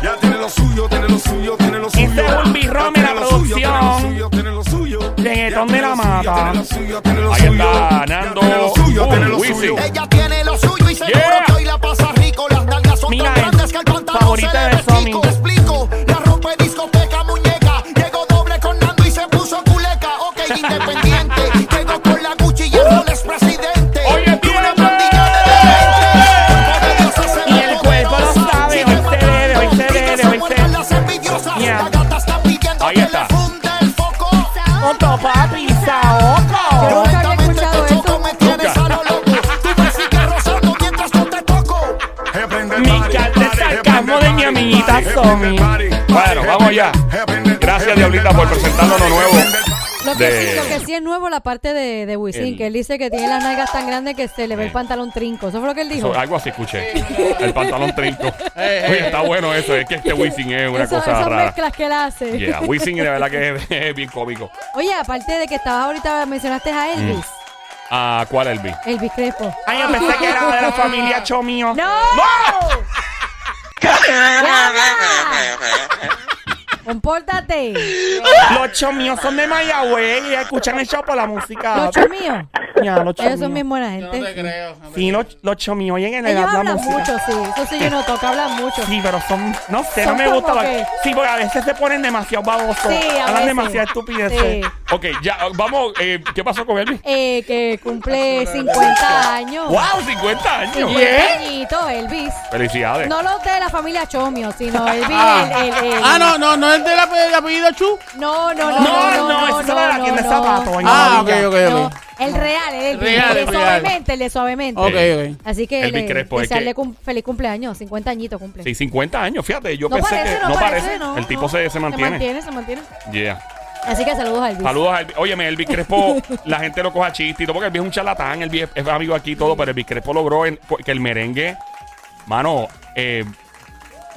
[SPEAKER 4] ya tiene lo suyo, tiene lo suyo, tiene lo suyo.
[SPEAKER 3] Este es Urbi Rome,
[SPEAKER 4] Ya tiene
[SPEAKER 3] la
[SPEAKER 4] lo suyo, tiene lo
[SPEAKER 3] producción.
[SPEAKER 4] suyo, tiene lo suyo.
[SPEAKER 3] Reggaetón de la mata.
[SPEAKER 1] Ahí está, Nando. Uh, Wisin.
[SPEAKER 6] Ella tiene lo suyo y seguro
[SPEAKER 1] Yeah.
[SPEAKER 6] que hoy la pasa rico. Las nalgas son
[SPEAKER 3] Mira,
[SPEAKER 6] tan grandes que el pantalón se
[SPEAKER 3] favorita
[SPEAKER 6] le
[SPEAKER 3] de
[SPEAKER 6] ve chico.
[SPEAKER 3] Sony.
[SPEAKER 6] explico, la rompe discoteca muñeca. Llegó doble con Nando y se puso culeca. Ok, independiente. Llegó con la Gucci y el Rolex presidente.
[SPEAKER 1] Oye,
[SPEAKER 6] Y una
[SPEAKER 1] tiene.
[SPEAKER 6] pandilla de dementes. Por ellos se
[SPEAKER 3] Y
[SPEAKER 6] ve
[SPEAKER 3] el cuerpo lo
[SPEAKER 6] poderosa.
[SPEAKER 3] sabe,
[SPEAKER 6] Si
[SPEAKER 3] hoy
[SPEAKER 6] te
[SPEAKER 3] se
[SPEAKER 6] matan,
[SPEAKER 3] debe, hoy se
[SPEAKER 6] y que
[SPEAKER 3] debe,
[SPEAKER 6] se
[SPEAKER 3] hoy se-
[SPEAKER 6] mueran las envidiosas.
[SPEAKER 3] Yeah.
[SPEAKER 6] La gata está pidiendo
[SPEAKER 1] Ahí
[SPEAKER 6] que
[SPEAKER 1] está.
[SPEAKER 6] le funde el foco.
[SPEAKER 3] Otro papi, saoco.
[SPEAKER 9] Yo nunca había
[SPEAKER 6] Directamente
[SPEAKER 9] escuchado
[SPEAKER 6] te choco,
[SPEAKER 9] eso.
[SPEAKER 6] me tienes a lo loco. Tú me sigues rozando mientras yo te toco.
[SPEAKER 3] Me encanta el sarcasmo de mi amiguita Somi.
[SPEAKER 1] Bueno, vamos allá. Gracias, Diablita, por presentarnos lo nuevo.
[SPEAKER 9] Lo que,
[SPEAKER 1] De-
[SPEAKER 9] sí, lo que sí es nuevo la parte de, de Wisin,
[SPEAKER 1] El-
[SPEAKER 9] que él dice que tiene las nalgas tan grandes que se le ve el
[SPEAKER 1] Eh.
[SPEAKER 9] pantalón trinco. Eso fue lo que él dijo.
[SPEAKER 1] Eso, algo así escuché. El pantalón trinco.
[SPEAKER 9] Eh,
[SPEAKER 1] Oye, está bueno eso. Es que este Wisin es una
[SPEAKER 9] Eso-
[SPEAKER 1] cosa
[SPEAKER 9] esas
[SPEAKER 1] rara.
[SPEAKER 9] mezclas que él hace.
[SPEAKER 1] Yeah, Wisin de verdad que es, es bien cómico.
[SPEAKER 9] Oye, aparte de que estabas ahorita, mencionaste a Elvis.
[SPEAKER 1] Ah, ¿cuál es el beat?
[SPEAKER 9] Elvis Crespo.
[SPEAKER 3] Ay, yo pensé que era de la familia Chomío.
[SPEAKER 9] ¡No! ¡Compórtate!
[SPEAKER 3] Los Chomíos son de Mayagüez y escuchan el show por la música.
[SPEAKER 9] Los míos.
[SPEAKER 3] Ya, los
[SPEAKER 9] Ellos son
[SPEAKER 3] Chomíos.
[SPEAKER 9] bien buena
[SPEAKER 2] Yo no te
[SPEAKER 9] gente.
[SPEAKER 2] creo. no te
[SPEAKER 3] Sí, los, los Chomíos llegan a
[SPEAKER 9] Ellos
[SPEAKER 3] la
[SPEAKER 9] hablan
[SPEAKER 3] música.
[SPEAKER 9] mucho, sí. Eso sí yo no toco, hablan mucho.
[SPEAKER 3] Sí, pero son, no sé,
[SPEAKER 9] Son
[SPEAKER 3] no me
[SPEAKER 9] como
[SPEAKER 3] gusta. porque-
[SPEAKER 9] que-
[SPEAKER 3] Sí, porque a veces se ponen demasiado babosos.
[SPEAKER 9] Sí, a
[SPEAKER 3] hablan
[SPEAKER 9] veces.
[SPEAKER 3] demasiada estupidez. eh.
[SPEAKER 9] Sí.
[SPEAKER 1] Ok, ya, vamos. eh, ¿Qué pasó con Elvis?
[SPEAKER 9] Eh, que cumple 50 años.
[SPEAKER 1] ¡Wow! 50 años.
[SPEAKER 9] 50 añitos, Elvis.
[SPEAKER 1] Felicidades.
[SPEAKER 9] No los de la familia Chomio, sino
[SPEAKER 3] Ah.
[SPEAKER 9] Elvis. el, el- el-
[SPEAKER 2] creo. Ah, no, no, no es del ape- el apellido Chu.
[SPEAKER 9] No, no, no.
[SPEAKER 3] No, no, eso es la tienda de zapatos. en
[SPEAKER 2] Ah, ok,
[SPEAKER 3] Aguadilla.
[SPEAKER 2] ok,
[SPEAKER 9] No,
[SPEAKER 2] ok.
[SPEAKER 9] el real, el, el,
[SPEAKER 2] Real,
[SPEAKER 9] el de
[SPEAKER 2] real.
[SPEAKER 9] suavemente, el de suavemente.
[SPEAKER 2] Ok, ok.
[SPEAKER 9] Así que
[SPEAKER 1] Elvis
[SPEAKER 9] le,
[SPEAKER 1] Crespo, es
[SPEAKER 9] desearle
[SPEAKER 1] que-
[SPEAKER 9] cum- feliz cumpleaños, 50 añitos cumple.
[SPEAKER 1] Sí, pues, 50 años, fíjate, yo
[SPEAKER 9] No
[SPEAKER 1] pensé
[SPEAKER 9] parece,
[SPEAKER 1] que
[SPEAKER 9] no, parece, no,
[SPEAKER 1] el tipo
[SPEAKER 9] no.
[SPEAKER 1] se, se mantiene.
[SPEAKER 9] Se mantiene, se mantiene.
[SPEAKER 1] Yeah.
[SPEAKER 9] Así que saludos a Elvis.
[SPEAKER 1] Saludos a Elvis. Óyeme, Elvis Crespo, la gente lo coja chistito porque Elvis es un charlatán, Elvis es, es amigo aquí y todo, pero Elvis Crespo logró en- pues, que el merengue, mano, eh,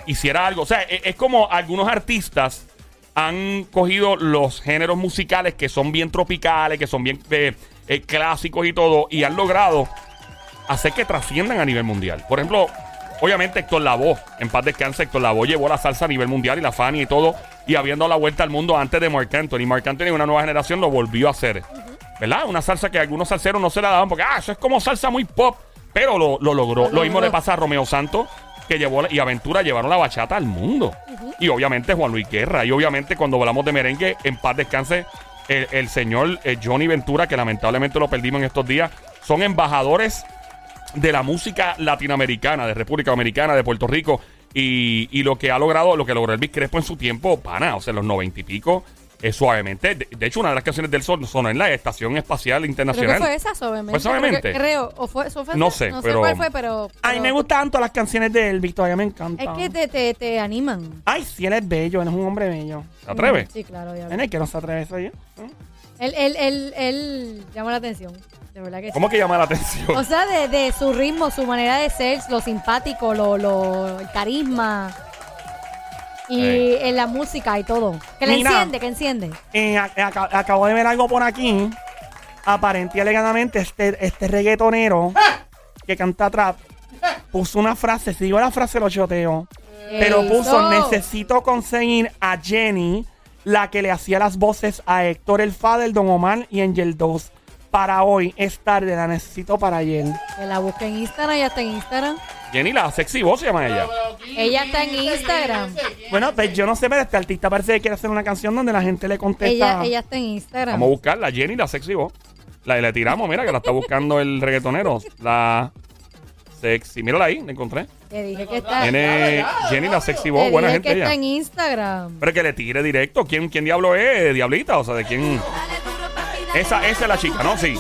[SPEAKER 1] hiciera algo. O sea, e- es, como algunos artistas han cogido los géneros musicales que son bien tropicales, que son bien eh, eh, clásicos y todo, y han logrado hacer que trasciendan a nivel mundial. Por ejemplo, obviamente Héctor Lavoe, en paz descanse, Héctor Lavoe llevó la salsa a nivel mundial y la Fanny y todo, y habiendo dado la vuelta al mundo antes de Marc Anthony. Marc Anthony, una nueva generación, lo volvió a hacer. ¿Verdad? Una salsa que algunos salseros no se la daban porque, ah, eso es como salsa muy pop, pero lo, lo logró. Lo, mismo le pasa a Romeo Santos, que llevó la- y Aventura llevaron la bachata al mundo. Y obviamente Juan Luis Guerra. Y obviamente cuando hablamos de merengue, en paz descanse, el, el señor eh, Johnny Ventura, que lamentablemente lo perdimos en estos días, son embajadores de la música latinoamericana, de República Dominicana, de Puerto Rico, y, y lo que ha logrado, lo que logró Elvis Crespo en su tiempo, pana, o sea, en los noventa y pico, eh, suavemente. De, de hecho, una de las canciones del sol sonó en la Estación Espacial
[SPEAKER 9] Creo que
[SPEAKER 1] Internacional.
[SPEAKER 9] fue esa, suavemente.
[SPEAKER 1] Fue Suavemente.
[SPEAKER 9] Creo, que- creo, o fue, eso fue
[SPEAKER 1] No
[SPEAKER 9] esa,
[SPEAKER 1] sé,
[SPEAKER 9] no
[SPEAKER 1] pero-
[SPEAKER 9] sé cuál fue, pero...
[SPEAKER 3] A mí
[SPEAKER 9] pero
[SPEAKER 3] me gustan todas las canciones de Elvis, todavía me encantan.
[SPEAKER 9] Es que te, te, te animan.
[SPEAKER 3] Ay, sí, él es bello, él es un hombre bello.
[SPEAKER 1] ¿Te atreves?
[SPEAKER 9] Sí, claro, diablo.
[SPEAKER 3] En el que no se atreve soy yo.
[SPEAKER 9] Él, él, él, él llama la atención, de verdad que sí.
[SPEAKER 1] ¿Cómo que llama la atención?
[SPEAKER 9] O sea, de, de su ritmo, su manera de ser, lo simpático, lo, lo, el carisma. Y
[SPEAKER 1] Sí.
[SPEAKER 9] en la música y todo. Que le
[SPEAKER 3] Mira.
[SPEAKER 9] enciende, que enciende.
[SPEAKER 3] Eh, a- aca- acabo de ver algo por aquí. Aparente y alegadamente, este, este reggaetonero que canta trap puso una frase. Si digo la frase, lo choteo. Pero
[SPEAKER 9] Ey,
[SPEAKER 3] puso:
[SPEAKER 9] so.
[SPEAKER 3] Necesito conseguir a Jenny, la que le hacía las voces a Héctor el Fader, Don Omar y Angel 2. Para hoy es tarde, la necesito para ayer.
[SPEAKER 9] Que la busque en Instagram, ya está en Instagram.
[SPEAKER 1] Jenny, la sexy voz se llama ella.
[SPEAKER 9] Ella está en Instagram.
[SPEAKER 3] Bueno, pues yo no sé, pero este artista parece que quiere hacer una canción donde la gente le contesta.
[SPEAKER 9] Ella, ella está en Instagram.
[SPEAKER 1] Vamos a buscarla, Jenny, la sexy voz. La le tiramos, mira, que la está buscando el reggaetonero. La sexy, mírala ahí, la encontré.
[SPEAKER 9] Te dije que está, te
[SPEAKER 1] Tiene Jenny, la sexy voz, buena
[SPEAKER 9] dije
[SPEAKER 1] gente
[SPEAKER 9] que
[SPEAKER 1] ella.
[SPEAKER 9] está en Instagram.
[SPEAKER 1] Pero que le tire directo. ¿Quién, quién diablo es? Diablita, o sea, ¿de quién? Esa, esa es la chica, ¿no? Sí.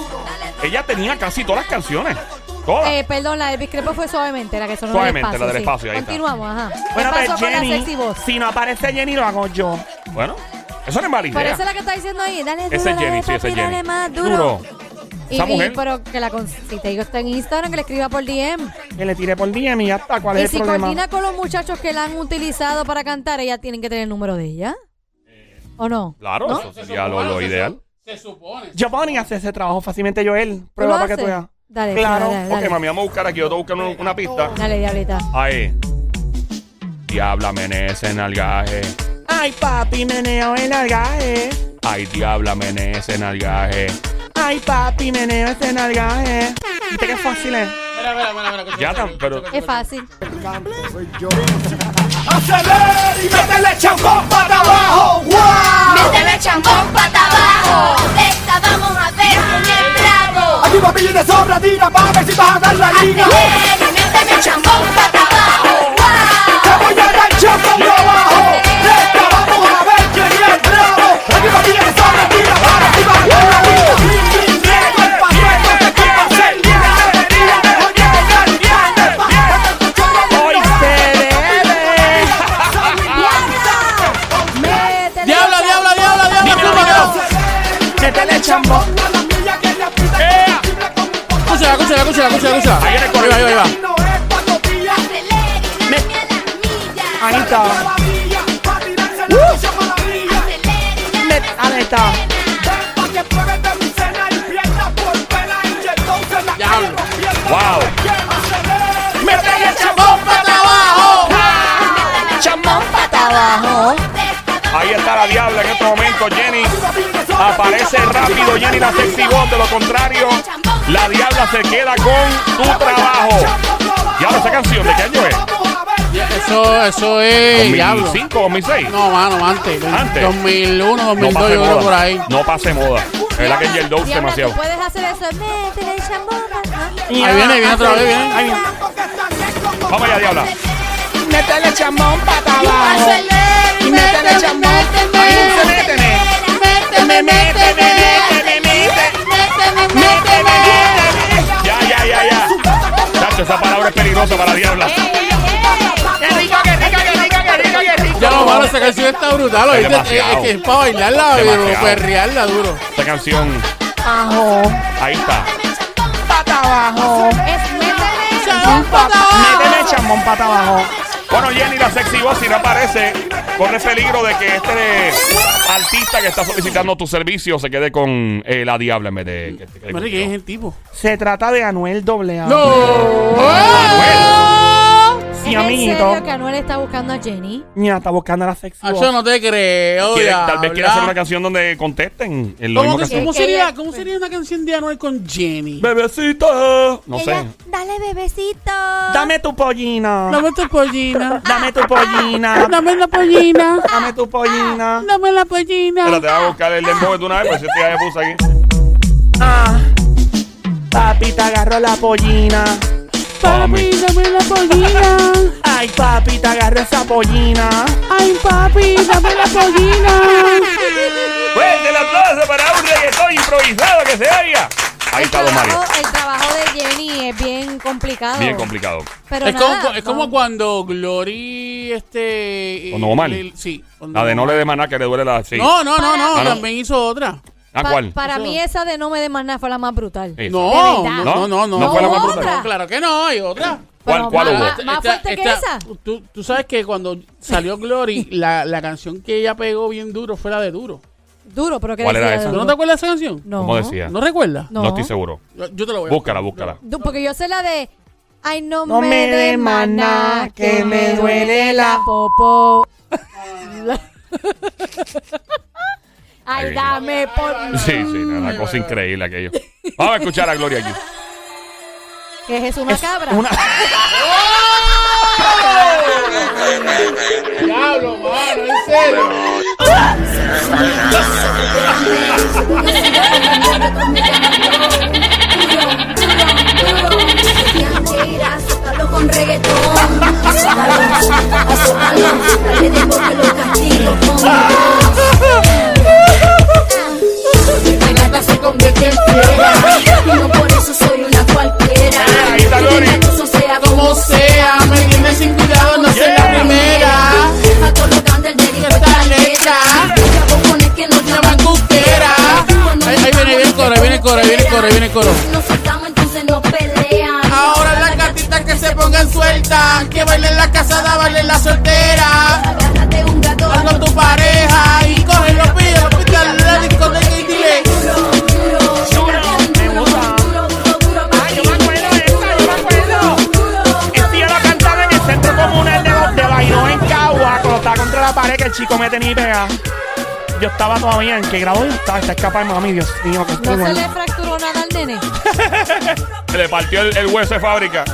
[SPEAKER 1] Ella tenía casi todas las canciones. Todas.
[SPEAKER 9] Eh, perdón, la del discrepo fue suavemente, la que sonó
[SPEAKER 1] Suavemente,
[SPEAKER 9] en el espacio,
[SPEAKER 1] la del
[SPEAKER 9] sí.
[SPEAKER 1] espacio, ahí está.
[SPEAKER 9] Continuamos, ajá. ¿Qué
[SPEAKER 3] Bueno,
[SPEAKER 9] pasó
[SPEAKER 3] pero
[SPEAKER 9] con la
[SPEAKER 3] Jenny,
[SPEAKER 9] sexy voz?
[SPEAKER 3] si no aparece Jenny, lo hago yo.
[SPEAKER 1] Bueno, eso no es mala idea.
[SPEAKER 9] Pero esa es la que está diciendo ahí. Dale duro,
[SPEAKER 1] Esa es
[SPEAKER 9] dale,
[SPEAKER 1] Jenny, sí, esa
[SPEAKER 9] papi,
[SPEAKER 1] es Jenny.
[SPEAKER 9] dale más duro. Y,
[SPEAKER 1] Esa
[SPEAKER 9] y-
[SPEAKER 1] mujer.
[SPEAKER 9] pero que la con- si te digo está en Instagram, que le escriba por DM.
[SPEAKER 3] Que le tiré por DM y ya está. ¿Cuál
[SPEAKER 9] Y
[SPEAKER 3] es
[SPEAKER 9] si
[SPEAKER 3] el problema?
[SPEAKER 9] coordina con los muchachos que la han utilizado para cantar, ella tienen que tener el número de ella. ¿O no?
[SPEAKER 1] Claro,
[SPEAKER 9] ¿No?
[SPEAKER 1] eso sería lo, lo ideal.
[SPEAKER 6] Se supone.
[SPEAKER 3] Yo podría hacer ese trabajo fácilmente, Joel. Prueba
[SPEAKER 9] lo
[SPEAKER 3] para que tú
[SPEAKER 9] haces?
[SPEAKER 3] veas.
[SPEAKER 9] Dale,
[SPEAKER 3] Claro.
[SPEAKER 9] dale, dale.
[SPEAKER 1] Ok, mami, vamos a buscar aquí. Yo te voy a buscar una, una pista.
[SPEAKER 9] Dale, diablita.
[SPEAKER 1] Ahí. Diabla menece en algaje.
[SPEAKER 3] Ay, papi, meneo el nalgaje.
[SPEAKER 1] Ay, diabla menece en algaje.
[SPEAKER 3] Ay, papi, meneo ese nalgaje. ¿Viste qué fácil es?
[SPEAKER 6] Mira, mira, mira, mira. escucha,
[SPEAKER 1] Ya
[SPEAKER 6] escucha,
[SPEAKER 1] tan- pero-
[SPEAKER 9] Es fácil.
[SPEAKER 10] Acelera y métele champón para abajo. ¡Wow!
[SPEAKER 5] Métele champón pata abajo. Esta vamos a ver con el bravo.
[SPEAKER 10] Aquí papi viene sobra, tira para ver si vas a dar la liga.
[SPEAKER 5] Ven, Métele champón pata abajo. Guau.
[SPEAKER 10] Te voy a dar champón para abajo. Esta vamos a ver quién es el bravo. Aquí papi viene sobra, tira para ver si vas a dar la liga. Ring, ring, llega el paquete, te quiero hacer libre. Tírate, jodiendo, saliente, pa- Este es tu chorro de
[SPEAKER 3] ¡Hoy
[SPEAKER 10] bravo.
[SPEAKER 3] se debe!
[SPEAKER 1] Ah,
[SPEAKER 9] Métele
[SPEAKER 6] Diabla,
[SPEAKER 9] champú.
[SPEAKER 6] diabla, diabla, diabla, diabla.
[SPEAKER 3] ¡Métele chambón!
[SPEAKER 1] ¡Eh!
[SPEAKER 6] Escúchala, escúchala, escúchala, escúchala, escúchala. Ahí
[SPEAKER 1] viene el corrido.
[SPEAKER 6] va, ahí va, ahí
[SPEAKER 3] Ahí está. Met- Ahí está.
[SPEAKER 1] ¡Wow!
[SPEAKER 10] ¡Métele chambón para abajo!
[SPEAKER 1] Ahí está la diabla en este momento, Jenny. Aparece rápido Jenny la sexy voz. De lo contrario, la diabla se queda con tu trabajo. Y ahora esa canción, ¿de qué año es?
[SPEAKER 6] va. Eso, eso es. Diablo.
[SPEAKER 1] ¿2005 2006?
[SPEAKER 6] No, mano, antes.
[SPEAKER 1] Antes.
[SPEAKER 6] 2001, 2002,
[SPEAKER 1] pase
[SPEAKER 6] yo creo
[SPEAKER 1] moda.
[SPEAKER 6] por ahí.
[SPEAKER 1] No pase moda. Es verdad que el Dope
[SPEAKER 9] Diabla,
[SPEAKER 1] demasiado.
[SPEAKER 9] tú puedes hacer eso. Métele champú. ¿no?
[SPEAKER 6] Ahí viene,
[SPEAKER 1] Ah,
[SPEAKER 6] viene otra vez, viene.
[SPEAKER 3] Ahí viene.
[SPEAKER 1] Vamos allá, diabla.
[SPEAKER 3] Métele chambón para abajo. Y métele chambón. Ahí dice, méteme. Méteme, méteme, méteme, méteme. Méteme, méteme.
[SPEAKER 1] Ya, ya, ya, ya. Tacho, esa palabra es peligrosa para la diabla.
[SPEAKER 3] Qué rico, qué rico, qué rico, qué rico, qué rico.
[SPEAKER 6] Ya lo malo, esa canción está brutal.
[SPEAKER 1] Es
[SPEAKER 6] ¿oíste? Es,
[SPEAKER 1] demasiado.
[SPEAKER 6] es que es para bailarla, pero
[SPEAKER 1] Demasiado.
[SPEAKER 6] perrearla duro.
[SPEAKER 1] Esta canción. Ahí está.
[SPEAKER 3] Pata abajo.
[SPEAKER 9] Es métele.
[SPEAKER 3] Méteme chambón pata abajo.
[SPEAKER 1] Bueno, Jenny, la sexy voz, si no aparece, corre peligro de que este artista que está solicitando tu servicio se quede con eh, la diabla en vez de. que- que- que-
[SPEAKER 6] Mira, ¿quién es el tipo?
[SPEAKER 3] Se trata de Anuel AA.
[SPEAKER 6] Ah.
[SPEAKER 1] Ah.
[SPEAKER 6] ¡No!
[SPEAKER 3] Sí,
[SPEAKER 9] ¿Es en
[SPEAKER 3] amiguito.
[SPEAKER 9] serio que Anuel está buscando a Jenny?
[SPEAKER 3] Mira, está buscando a la sexy
[SPEAKER 6] Ah,
[SPEAKER 3] voz.
[SPEAKER 6] Yo no te creo.
[SPEAKER 1] Quiere- tal
[SPEAKER 6] diabla.
[SPEAKER 1] vez quiera hacer una canción donde contesten en lo
[SPEAKER 6] ¿Cómo,
[SPEAKER 1] mismo
[SPEAKER 6] que-
[SPEAKER 1] que hacen.
[SPEAKER 6] cómo
[SPEAKER 9] Que
[SPEAKER 6] sería,
[SPEAKER 9] ella-
[SPEAKER 6] ¿Cómo sería una canción de Anuel con Jenny?
[SPEAKER 1] Bebecita. No sé.
[SPEAKER 9] Ella, Dale, bebecito.
[SPEAKER 3] Dame tu pollina.
[SPEAKER 6] Dame tu pollina.
[SPEAKER 3] Dame tu pollina.
[SPEAKER 6] Dame la pollina.
[SPEAKER 3] Dame tu pollina.
[SPEAKER 6] Dame la pollina.
[SPEAKER 1] Espérate, voy a buscar el dembow de una vez, pero si te ya puse aquí.
[SPEAKER 3] Ah. Papi, te agarro la pollina.
[SPEAKER 6] Papi, dame la pollina.
[SPEAKER 3] Ay, papi, te agarro esa pollina.
[SPEAKER 6] Ay, papi, dame la pollina.
[SPEAKER 1] Fuerte el aplauso para un reggaetón improvisado que se oiga. Ahí
[SPEAKER 9] El
[SPEAKER 1] está Don Mario.
[SPEAKER 9] trabajo- El trabajo de Jenny es bien complicado.
[SPEAKER 1] Bien complicado.
[SPEAKER 9] Pero
[SPEAKER 6] Es
[SPEAKER 9] nada,
[SPEAKER 6] como, es como
[SPEAKER 9] no.
[SPEAKER 6] cuando Glory este.
[SPEAKER 1] Cuando Omar.
[SPEAKER 6] le- Sí. cuando
[SPEAKER 1] La de no
[SPEAKER 6] Omar.
[SPEAKER 1] le de maná que le duele la. Sí.
[SPEAKER 6] No, no, no, no,
[SPEAKER 1] Ah, no.
[SPEAKER 6] también hizo otra.
[SPEAKER 1] ¿A
[SPEAKER 9] Pa-
[SPEAKER 1] cuál?
[SPEAKER 9] Para mí esa de no me demandas fue la más brutal.
[SPEAKER 1] Esa.
[SPEAKER 6] No,
[SPEAKER 9] ¿De
[SPEAKER 6] no,
[SPEAKER 9] verdad?
[SPEAKER 6] no, no,
[SPEAKER 1] No fue la más
[SPEAKER 6] No,
[SPEAKER 9] brutal.
[SPEAKER 6] Claro que no, hay otra. Ah,
[SPEAKER 1] ¿Cuál,
[SPEAKER 9] Pero
[SPEAKER 1] cuál
[SPEAKER 9] más-
[SPEAKER 1] hubo?
[SPEAKER 9] más- más fuerte que esa.
[SPEAKER 6] Tú, tú sabes que cuando salió Glory, la, la canción que ella pegó bien duro fue la de Duro.
[SPEAKER 9] Duro, pero que
[SPEAKER 1] ¿Cuál era
[SPEAKER 9] decía
[SPEAKER 1] esa?
[SPEAKER 6] ¿Tú
[SPEAKER 9] duro.
[SPEAKER 6] no te acuerdas de esa canción?
[SPEAKER 9] No.
[SPEAKER 1] ¿Cómo decía?
[SPEAKER 6] ¿No recuerdas?
[SPEAKER 9] No.
[SPEAKER 1] No estoy seguro.
[SPEAKER 6] Yo, yo te la voy a
[SPEAKER 1] Búscala, búscala.
[SPEAKER 9] Du- Porque yo sé la de Ay, no,
[SPEAKER 3] No
[SPEAKER 9] me
[SPEAKER 3] me
[SPEAKER 9] de
[SPEAKER 3] des maná,
[SPEAKER 9] maná,
[SPEAKER 3] que me duele la
[SPEAKER 9] popó. Ay,
[SPEAKER 1] Ahí.
[SPEAKER 9] dame por
[SPEAKER 1] Sí, sí, una cosa increíble aquello. Vamos a escuchar a Gloria aquí.
[SPEAKER 9] que es Jesús Macabra.
[SPEAKER 3] Una...
[SPEAKER 6] Diablo, mano, en serio.
[SPEAKER 5] Mira, azótalo con reggaetón. Azótalo, azótalo, dale de porque lo castigo con Mi gata se convierte en fiera, y no por eso soy una cualquiera.
[SPEAKER 2] coro, ahí viene el coro.
[SPEAKER 5] Nos soltamos, entonces nos pelean.
[SPEAKER 6] Ahora las gatitas que se pongan sueltas, que bailen la casada, bailen la soltera.
[SPEAKER 5] Agárrate un gato,
[SPEAKER 6] Hazlo a tu pareja y coge los pies, los pies de la discoteca y dile.
[SPEAKER 5] duro, duro. Dale
[SPEAKER 3] me
[SPEAKER 5] duro,
[SPEAKER 3] gusta.
[SPEAKER 5] duro, duro, duro, pa'
[SPEAKER 3] Ay,
[SPEAKER 5] ti.
[SPEAKER 3] yo me acuerdo de esta, yo me acuerdo. Este yo la cantaba en el centro comunal de, de Bairro en Cagua, colocada contra la pared que el chico me tenía pegada. Yo estaba todavía en que grado yo estaba, está escapando, mami, Dios mío, que estoy
[SPEAKER 9] No se
[SPEAKER 3] bueno.
[SPEAKER 9] le fracturó nada al nene.
[SPEAKER 1] Se le partió el, el hueso de fábrica.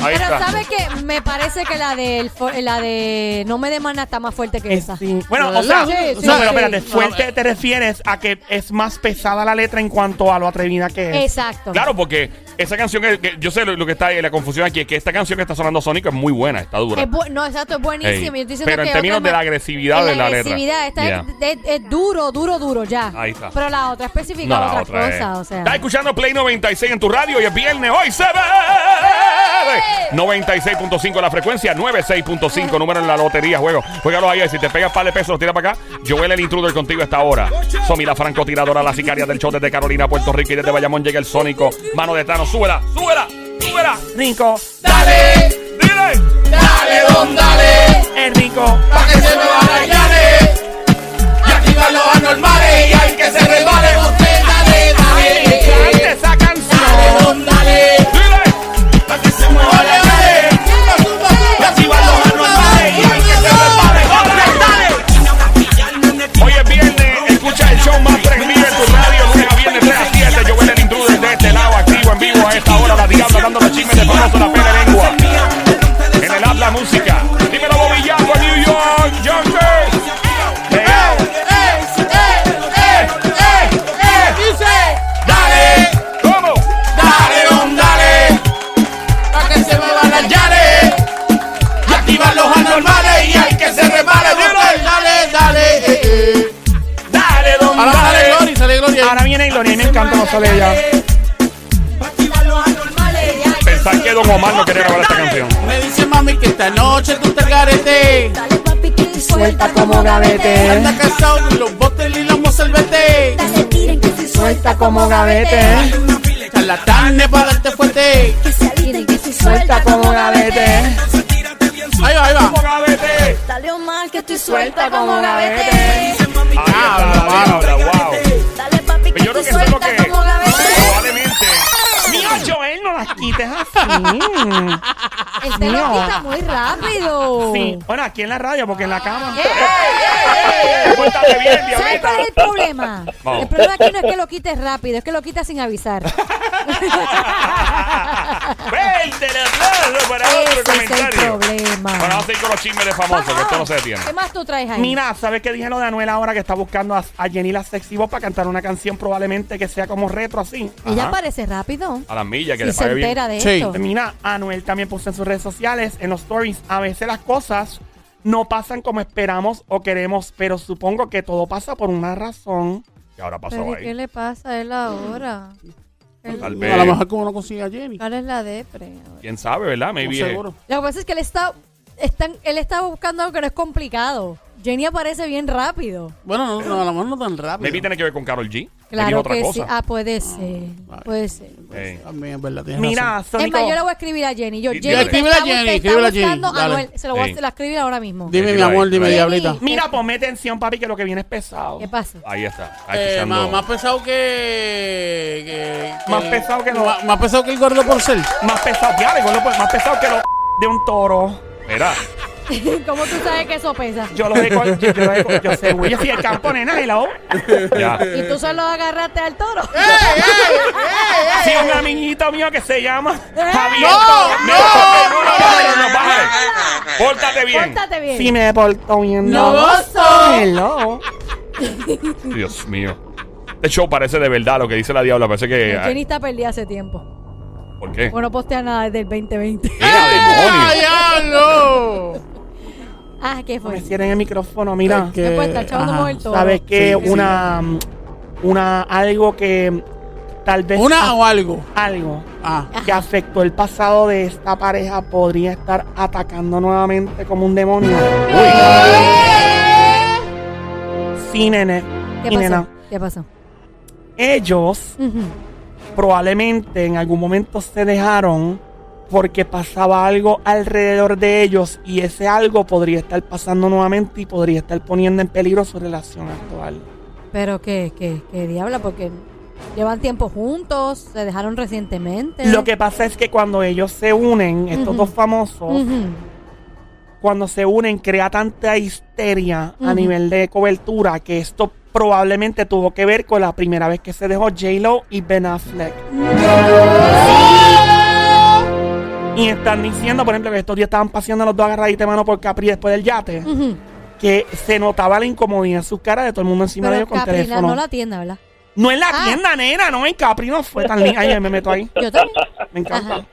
[SPEAKER 1] Ahí
[SPEAKER 9] Pero
[SPEAKER 1] está.
[SPEAKER 9] ¿sabe qué? Me parece que la de, la de No me demanda está más fuerte que esa.
[SPEAKER 3] Sí. Bueno, o sea,
[SPEAKER 9] Sí, sí,
[SPEAKER 3] no,
[SPEAKER 9] sí.
[SPEAKER 3] pero espérate, fuerte te refieres a que es más pesada la letra en cuanto a lo atrevida que es.
[SPEAKER 9] Exacto.
[SPEAKER 1] Claro, porque esa canción, que, que- yo sé lo, lo que está ahí, la confusión aquí, es que esta canción que está sonando Sónico es muy buena, está dura.
[SPEAKER 9] Es bu- no, exacto, es buenísimo.
[SPEAKER 1] Ey,
[SPEAKER 9] Yo estoy diciendo
[SPEAKER 1] pero en
[SPEAKER 9] que
[SPEAKER 1] términos
[SPEAKER 9] otra
[SPEAKER 1] de la
[SPEAKER 9] más-
[SPEAKER 1] agresividad
[SPEAKER 9] en
[SPEAKER 1] de la letra.
[SPEAKER 9] agresividad, esta
[SPEAKER 1] Yeah.
[SPEAKER 9] es, es- es duro, duro, duro ya.
[SPEAKER 1] Ahí está.
[SPEAKER 9] Pero la otra
[SPEAKER 1] No,
[SPEAKER 9] especifica
[SPEAKER 1] la
[SPEAKER 9] otras
[SPEAKER 1] otra es.
[SPEAKER 9] cosas, o sea.
[SPEAKER 1] Estás escuchando Play 96 en tu radio y es viernes. Hoy se ve. 96.5 la frecuencia, 96.5 número en la lotería, juego. Juegalo ahí, si te pegas par de pesos, los tira para acá. Joel el intruder contigo a esta hora. Somi la francotiradora, la sicaria del show desde Carolina, Puerto Rico y desde Bayamón llega el sónico. Mano de Tano, súbela, súbela, súbela.
[SPEAKER 3] Rico,
[SPEAKER 6] Dale,
[SPEAKER 1] Dile.
[SPEAKER 6] dale, don, dale,
[SPEAKER 3] es rico.
[SPEAKER 6] pa' que se me vayan Y activar los anormales y hay que se resbale, usted dale,
[SPEAKER 3] Ay, me encanta
[SPEAKER 6] dale.
[SPEAKER 3] esa
[SPEAKER 6] Dale,
[SPEAKER 3] canción.
[SPEAKER 6] don, dale.
[SPEAKER 1] Dile.
[SPEAKER 6] Pa' que se mueva la dale. Y activar los anormales y hay que se resbale, usted dale.
[SPEAKER 1] Hoy es viernes, escucha el show más prendido en tu radio, lunes a viernes 3 a 7. Yo el intruder de este lado, activo en vivo a esta hora, la diabla dando los chismes de famoso, la pena lengua. En el habla música, dímelo Bobillango a New York, Yonkers. Pegao.
[SPEAKER 6] Dale,
[SPEAKER 1] ¿Cómo?
[SPEAKER 6] dale, don, dale, pa' que se muevan las llaves. Y activar los anormales y hay que se resbale, dale, dale, dale, eh, eh.
[SPEAKER 1] Dale, don,
[SPEAKER 6] Ahora sale
[SPEAKER 1] dale.
[SPEAKER 6] Gloria, sale Gloria.
[SPEAKER 3] Ahora viene Gloria y me encanta cómo sale ella.
[SPEAKER 1] Pensar que Don Omar no quería grabar esta canción.
[SPEAKER 6] Me dice mami que esta noche tú te garete.
[SPEAKER 5] Dale, papi, que
[SPEAKER 2] Suelta como gavete.
[SPEAKER 6] Anda casado con los botes y los mozalbete.
[SPEAKER 5] Dale, tiren que soy
[SPEAKER 2] Suelta como gavete.
[SPEAKER 6] Charlatanes para darte fuerte.
[SPEAKER 5] Que se alineen que estoy
[SPEAKER 2] Suelta
[SPEAKER 5] suelta
[SPEAKER 2] como gavete.
[SPEAKER 6] Ahí va, ahí va.
[SPEAKER 5] Dale Omar que estoy suelta como gavete.
[SPEAKER 1] Ahí está la diabla, wow.
[SPEAKER 5] Dale papi que
[SPEAKER 1] Yo creo
[SPEAKER 5] estoy
[SPEAKER 1] que eso es lo que
[SPEAKER 5] suelta como gavete.
[SPEAKER 1] probablemente.
[SPEAKER 3] Mío, Joel, no las quites ah. así.
[SPEAKER 1] Ah,
[SPEAKER 9] Él te Este lo quita muy rápido.
[SPEAKER 3] Sí. Bueno, aquí en la radio, porque en la cama.
[SPEAKER 9] ¡Ey, ey, ey!
[SPEAKER 1] Pórtate bien,
[SPEAKER 9] ¿Sabes
[SPEAKER 1] diablita.
[SPEAKER 9] cuál es el problema?
[SPEAKER 1] Vamos.
[SPEAKER 9] El problema aquí no es que lo quites rápido, es que lo quitas sin avisar.
[SPEAKER 1] Vente, el aplauso para
[SPEAKER 9] Ese
[SPEAKER 1] otro
[SPEAKER 9] es el
[SPEAKER 1] comentario.
[SPEAKER 9] problema.
[SPEAKER 1] Bueno, vamos a seguir con los chismes de famosos, que esto no se detiene.
[SPEAKER 9] ¿Qué más tú traes ahí?
[SPEAKER 3] Mira, ¿sabes qué dije lo de Anuel ahora que está buscando a, a Jenny la Sexy Voz para cantar una canción probablemente que sea como retro así?
[SPEAKER 9] Ella
[SPEAKER 1] Ajá.
[SPEAKER 9] aparece rápido.
[SPEAKER 1] A las millas, que
[SPEAKER 9] Si
[SPEAKER 1] le
[SPEAKER 9] se
[SPEAKER 1] pague bien.
[SPEAKER 9] entera de
[SPEAKER 6] Sí.
[SPEAKER 9] esto.
[SPEAKER 3] Mira, Anuel también puso en sus redes sociales, en los stories, a veces las cosas no pasan como esperamos o queremos, pero supongo que todo pasa por una razón.
[SPEAKER 1] ¿Qué ahora pasó
[SPEAKER 9] Pero ¿y ¿qué
[SPEAKER 1] ahí?
[SPEAKER 9] le pasa a él ahora? Él-
[SPEAKER 1] Tal
[SPEAKER 6] A lo
[SPEAKER 1] vez.
[SPEAKER 6] mejor como no consigue a Jenny.
[SPEAKER 9] ¿Cuál es la depre?
[SPEAKER 1] ¿Quién sabe, verdad? Maybe.
[SPEAKER 6] No seguro.
[SPEAKER 9] Lo que pasa es que él está, están- él está buscando algo que no es complicado. Jenny aparece bien rápido.
[SPEAKER 6] Bueno, no, no, a lo mejor no tan rápido.
[SPEAKER 1] Maybe tiene que ver con Carol G. Le dijo
[SPEAKER 9] Claro
[SPEAKER 1] otra
[SPEAKER 9] que sí.
[SPEAKER 1] cosa.
[SPEAKER 9] Ah, puede ser.
[SPEAKER 6] vale.
[SPEAKER 9] Puede ser.
[SPEAKER 6] Pues,
[SPEAKER 1] Ey.
[SPEAKER 6] También es verdad, tienes
[SPEAKER 3] Mira,
[SPEAKER 6] razón.
[SPEAKER 9] Es
[SPEAKER 3] Sónico,
[SPEAKER 9] más, yo le voy a escribir a Jenny. Yo,
[SPEAKER 1] Yo-
[SPEAKER 9] Jenny, te
[SPEAKER 6] escríbele
[SPEAKER 9] está
[SPEAKER 6] a Jenny,
[SPEAKER 9] bu- te está
[SPEAKER 6] escríbele a Jenny,
[SPEAKER 9] buscando
[SPEAKER 6] dale.
[SPEAKER 9] Anuel. Se lo voy
[SPEAKER 1] Ey.
[SPEAKER 9] a la escribir ahora mismo.
[SPEAKER 6] Dime mi
[SPEAKER 1] Dile ahí,
[SPEAKER 6] amor, dime
[SPEAKER 1] dile
[SPEAKER 9] ahí.
[SPEAKER 6] diablita.
[SPEAKER 3] mira, ponme tensión, papi, que lo que viene es pesado.
[SPEAKER 9] ¿Qué pasa?
[SPEAKER 1] Ahí está. Ahí
[SPEAKER 6] Eh,
[SPEAKER 1] escuchando.
[SPEAKER 6] más, más pesado que, que- que-
[SPEAKER 3] Más pesado que lo-
[SPEAKER 6] Más, más pesado que el gordo porcel.
[SPEAKER 3] Más pesado, ya, de gordo, pues, más pesado que lo de un toro.
[SPEAKER 1] Mira,
[SPEAKER 9] ¿Cómo tú sabes que eso pesa?
[SPEAKER 3] Yo lo de yo, yo, lo de- yo sé, güey. Yo soy el campo, nena, hello.
[SPEAKER 1] ya.
[SPEAKER 9] Y tú solo agarraste al toro.
[SPEAKER 3] Sí, un amiguito mío que se llama Javier.
[SPEAKER 1] No,
[SPEAKER 6] ¡No!
[SPEAKER 1] no, no, no, no, no, no, bájale. Pórtate bien.
[SPEAKER 9] Pórtate bien.
[SPEAKER 3] Si me porto bien.
[SPEAKER 6] ¡No gozo!
[SPEAKER 3] Hello.
[SPEAKER 1] Dios mío. Este show parece de verdad lo que dice la diabla. Parece que.
[SPEAKER 9] Jenny está perdida hace tiempo.
[SPEAKER 1] ¿Por qué?
[SPEAKER 9] Bueno, no postea nada desde el 2020.
[SPEAKER 3] ¿Eh?
[SPEAKER 1] Mira,
[SPEAKER 6] ¡Ay,
[SPEAKER 1] demonios.
[SPEAKER 6] diablo!
[SPEAKER 9] Ah, ¿qué fue?
[SPEAKER 3] Me cierren el micrófono, mira.
[SPEAKER 9] ¿Qué puede estar chavando
[SPEAKER 6] Ajá,
[SPEAKER 9] con el toro?
[SPEAKER 3] ¿Sabes qué?
[SPEAKER 6] Sí, sí.
[SPEAKER 3] una. Una. Algo que. Tal vez.
[SPEAKER 6] ¿Una o algo?
[SPEAKER 3] Algo
[SPEAKER 6] Ah.
[SPEAKER 3] que afectó el pasado de esta pareja podría estar atacando nuevamente como un demonio. Sí, nene.
[SPEAKER 9] ¿Qué
[SPEAKER 3] y
[SPEAKER 9] pasó?
[SPEAKER 3] nena.
[SPEAKER 9] ¿Qué pasó?
[SPEAKER 3] Ellos
[SPEAKER 9] Ujú.
[SPEAKER 3] probablemente en algún momento se dejaron porque pasaba algo alrededor de ellos y ese algo podría estar pasando nuevamente y podría estar poniendo en peligro su relación actual.
[SPEAKER 9] Pero que, que, que diabla, porque llevan tiempo juntos, se dejaron recientemente.
[SPEAKER 3] Lo que pasa es que cuando ellos se unen, estos
[SPEAKER 9] Ujú.
[SPEAKER 3] dos famosos,
[SPEAKER 9] Ujú.
[SPEAKER 3] cuando se unen crea tanta histeria
[SPEAKER 9] Ujú.
[SPEAKER 3] a nivel de cobertura que esto probablemente tuvo que ver con la primera vez que se dejó J-Lo y Ben Affleck. Y están diciendo, por ejemplo, que estos días estaban paseando los dos agarraditos de mano por Capri después del yate,
[SPEAKER 9] Ujú.
[SPEAKER 3] que se notaba la incomodidad en sus caras de todo el mundo encima
[SPEAKER 9] Pero
[SPEAKER 3] de ellos con
[SPEAKER 9] Caprina
[SPEAKER 3] teléfono.
[SPEAKER 9] no la tienda, ¿verdad?
[SPEAKER 3] No en la
[SPEAKER 9] Ah.
[SPEAKER 3] tienda, nena, no en Capri, no fue tan linda. Ay, me meto ahí,
[SPEAKER 9] Yo también.
[SPEAKER 3] me encanta.
[SPEAKER 9] Ajá.